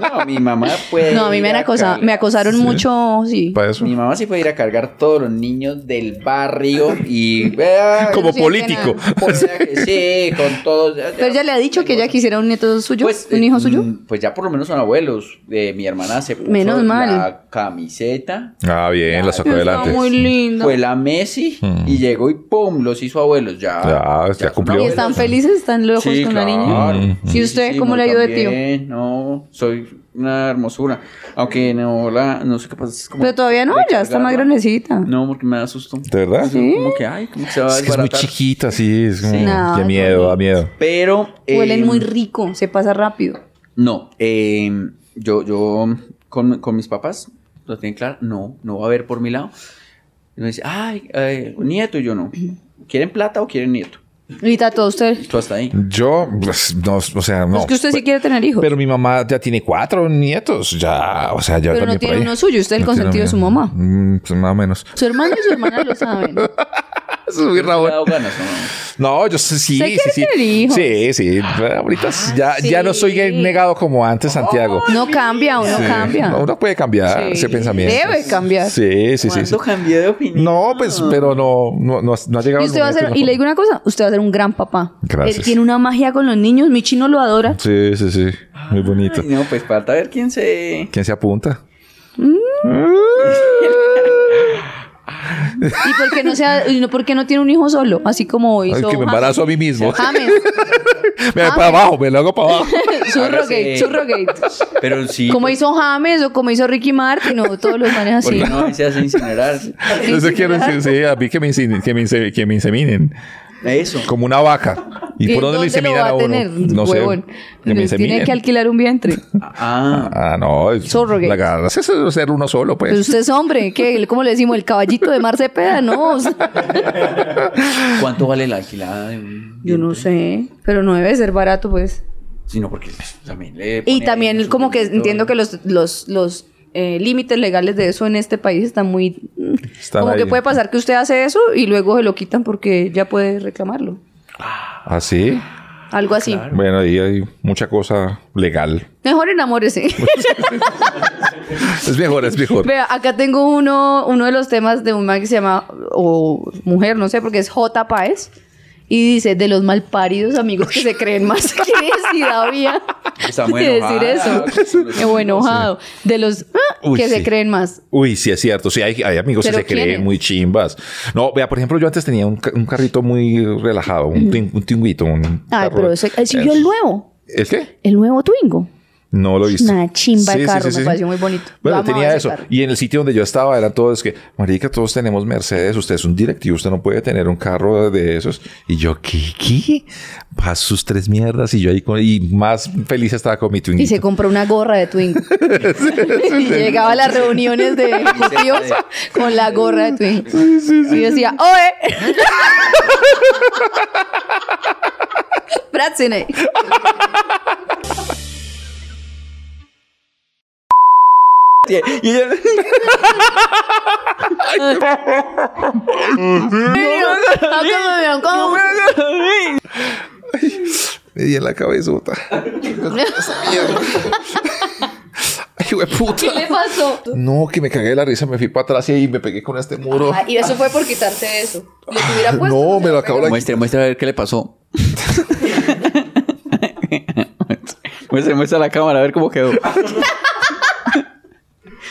Speaker 3: No, mi mamá puede...
Speaker 2: No, a mí me,
Speaker 3: ir
Speaker 2: han acosa-
Speaker 3: cargar-
Speaker 2: me acosaron mucho, sí.
Speaker 1: Para eso.
Speaker 3: Mi mamá sí puede ir a cargar todos los niños del barrio y... vea,
Speaker 1: Como
Speaker 2: siente
Speaker 1: político.
Speaker 3: o sea que sí, con todos...
Speaker 2: Pero ella Pues le ha dicho que ella quisiera un nieto suyo,
Speaker 3: Pues,
Speaker 2: un
Speaker 3: eh,
Speaker 2: hijo suyo.
Speaker 3: mm, Pues ya por lo menos son abuelos. Eh, mi hermana se puso
Speaker 2: Menos mal.
Speaker 3: la camiseta,
Speaker 1: Ah, bien, la sacó adelante.
Speaker 2: lindo.
Speaker 3: fue la Messi y llegó y ¡pum! los hizo abuelos. Ya.
Speaker 1: Mm. Ya, ya cumplió. Mm,
Speaker 2: y están felices, están locos
Speaker 3: Sí,
Speaker 2: con
Speaker 3: claro.
Speaker 2: la niña.
Speaker 3: Sí,
Speaker 2: ¿Y usted
Speaker 3: sí,
Speaker 2: cómo
Speaker 3: no,
Speaker 2: le ayudó de tío?
Speaker 3: también, No, soy una hermosura. Aunque no la, no sé qué pasa. es como
Speaker 2: Pero todavía no, ya está más
Speaker 3: recargarla.
Speaker 2: grandecita.
Speaker 3: No, porque me da susto.
Speaker 1: ¿De verdad?
Speaker 2: Sí.
Speaker 3: Como que, ay, como que se va a
Speaker 1: Es que es muy
Speaker 3: desbaratar.
Speaker 1: chiquita, sí. Es como,
Speaker 2: Sí. No,
Speaker 1: qué
Speaker 2: es
Speaker 1: miedo, da miedo.
Speaker 3: Pero.
Speaker 2: Huelen
Speaker 3: eh,
Speaker 2: muy rico, se pasa rápido.
Speaker 3: No, eh, yo, yo con, con mis papás, lo tienen claro, no, no va a haber por mi lado. Y me dice, ay, eh, nieto, y yo no. ¿Quieren plata o quieren nieto?
Speaker 2: Ahorita todo usted.
Speaker 3: Tú hasta ahí.
Speaker 1: Yo, pues, no, o sea, no. pues,
Speaker 2: Es que usted sí quiere tener hijos.
Speaker 1: Pero mi mamá ya tiene cuatro nietos, ya, o sea, ya
Speaker 2: Pero
Speaker 1: también
Speaker 2: no
Speaker 1: por
Speaker 2: tiene
Speaker 1: ahí.
Speaker 2: uno suyo, usted es el
Speaker 1: No tiene
Speaker 2: consentido de su
Speaker 1: uno.
Speaker 2: mamá.
Speaker 1: Mm, pues, más o menos.
Speaker 2: Su hermano y su hermana lo saben.
Speaker 1: Es muy
Speaker 3: Pero
Speaker 1: raro.
Speaker 3: te ha dado ganas, Ah, ¿no?
Speaker 1: No, yo sí, sí,
Speaker 2: ¿Usted
Speaker 1: sí,
Speaker 2: quiere
Speaker 1: sí.
Speaker 2: tener hijos? Ah,
Speaker 1: Sí, sí. Ahorita ya, ya no soy
Speaker 2: sí.
Speaker 1: negado como antes, Santiago.
Speaker 2: No cambia, uno
Speaker 1: Sí.
Speaker 2: cambia.
Speaker 1: No, Uno puede cambiar ese pensamiento.
Speaker 2: Debe cambiar.
Speaker 1: Sí, sí, sí. sí.
Speaker 3: ¿Cuándo cambié de opinión?
Speaker 1: No, pues, pero no, no, no, no ha llegado
Speaker 2: Ah. Y
Speaker 1: el
Speaker 2: usted va a ser,
Speaker 1: momento,
Speaker 2: y
Speaker 1: no.
Speaker 2: le digo una cosa, usted va a ser un gran papá.
Speaker 1: Gracias.
Speaker 2: Él tiene una magia con los niños, mi chino lo adora.
Speaker 1: Sí, sí, sí. Muy bonito.
Speaker 3: Ay, no, pues falta ver quién se...
Speaker 1: ¿Quién se apunta?
Speaker 2: Y porque no sea, y no, porque no tiene un hijo solo, así como
Speaker 1: Ay,
Speaker 2: hizo
Speaker 1: que me embarazo a mí mismo.
Speaker 2: James.
Speaker 1: me voy
Speaker 2: Ah.
Speaker 1: para abajo, me lo hago para abajo.
Speaker 2: Surrogate,
Speaker 3: Hágase-
Speaker 2: surrogate.
Speaker 3: Pero sí.
Speaker 2: Como
Speaker 3: pues,
Speaker 2: hizo James o como hizo Ricky Martin o todos los manes
Speaker 3: ¿por
Speaker 2: así.
Speaker 3: qué no se hace incinerar?
Speaker 1: No sé quiero decir, sí, a mí que me, inse- que, me inse- que me inseminen.
Speaker 3: Eso.
Speaker 1: Como una vaca. ¿Y, por dónde lo inseminan
Speaker 2: va
Speaker 1: a
Speaker 2: a
Speaker 1: uno?
Speaker 2: tener,
Speaker 1: no sé.
Speaker 2: huevón?
Speaker 1: Que me
Speaker 2: Pues Tiene
Speaker 1: inseminen.
Speaker 2: que alquilar un vientre.
Speaker 3: Ah,
Speaker 1: Ah, no. es-
Speaker 2: Surrogate.
Speaker 1: La gana es eso, ser uno solo,
Speaker 2: Pero
Speaker 1: pues.
Speaker 2: usted es hombre, ¿qué? ¿Cómo le decimos? El caballito de Mar Cepeda, ¿no? O sea,
Speaker 3: ¿cuánto vale la alquilada de un...
Speaker 2: yo no sé, pero no debe ser barato, pues.
Speaker 3: sino porque también le
Speaker 2: Y
Speaker 3: pone ahí
Speaker 2: también
Speaker 3: su
Speaker 2: como que
Speaker 3: dedito.
Speaker 2: entiendo que los, los, los eh, límites legales de eso en este país están muy...
Speaker 1: Están
Speaker 2: como que
Speaker 1: ahí.
Speaker 2: puede pasar que usted hace eso y luego se lo quitan porque ya puede reclamarlo.
Speaker 1: ¿Ah, sí?
Speaker 2: Algo así.
Speaker 1: Bueno, ahí hay mucha cosa legal.
Speaker 2: Mejor enamórese.
Speaker 1: Es mejor, es mejor.
Speaker 2: Vea, acá tengo uno, uno de los temas de un man que se llama, o mujer, no sé, porque es J. Páez. Y dice, de los malparidos amigos que se creen más que necesidad había
Speaker 1: Está muy
Speaker 2: de decir
Speaker 1: enojada.
Speaker 2: eso. Qué buen enojado. De los ah,
Speaker 1: Uy,
Speaker 2: que se
Speaker 1: sí.
Speaker 2: creen más.
Speaker 1: Uy, sí, es cierto. Sí, hay, hay amigos que
Speaker 2: ¿Pero
Speaker 1: se creen
Speaker 2: quiénes?
Speaker 1: muy chimbas. No, vea, por ejemplo, yo antes tenía un, ca- un carrito muy relajado, un, tin- un tinguito. Un
Speaker 2: Ay,
Speaker 1: carro-
Speaker 2: pero ese, ay, sí, yo el nuevo,
Speaker 1: ¿El qué?
Speaker 2: el nuevo Twingo.
Speaker 1: No lo he visto.
Speaker 2: Una chimba
Speaker 1: Sí,
Speaker 2: de
Speaker 1: sí,
Speaker 2: carro,
Speaker 1: sí, sí,
Speaker 2: me
Speaker 1: sí.
Speaker 2: pareció muy bonito.
Speaker 1: Bueno,
Speaker 2: Yo amaba
Speaker 1: tenía
Speaker 2: ese
Speaker 1: eso.
Speaker 2: carro.
Speaker 1: Y en el sitio donde yo estaba era todo es que, marica, todos tenemos Mercedes, usted es un directivo, usted no puede tener un carro de esos. Y yo, ¿qué? ¿Qué? Vas sus tres mierdas y yo ahí con- y más feliz estaba con mi
Speaker 2: Y
Speaker 1: Twingo.
Speaker 2: se compró una gorra de Twingo. y llegaba a las reuniones de ejecutivos con la gorra de Twingo. y decía, ¡Oe! Bratzine.
Speaker 3: Y ella-
Speaker 2: Ah,
Speaker 1: Me di en la cabezota. Ay, puta.
Speaker 2: ¿Qué le pasó?
Speaker 1: No, que me cagué de la risa, me fui para atrás y ahí me pegué con este muro.
Speaker 2: Ah, y eso fue por quitarse eso. Lo tuviera puesto.
Speaker 1: No, me lo acabo de
Speaker 3: Muestre, muestre a ver qué le pasó. muestre, muestre a la cámara a ver cómo quedó.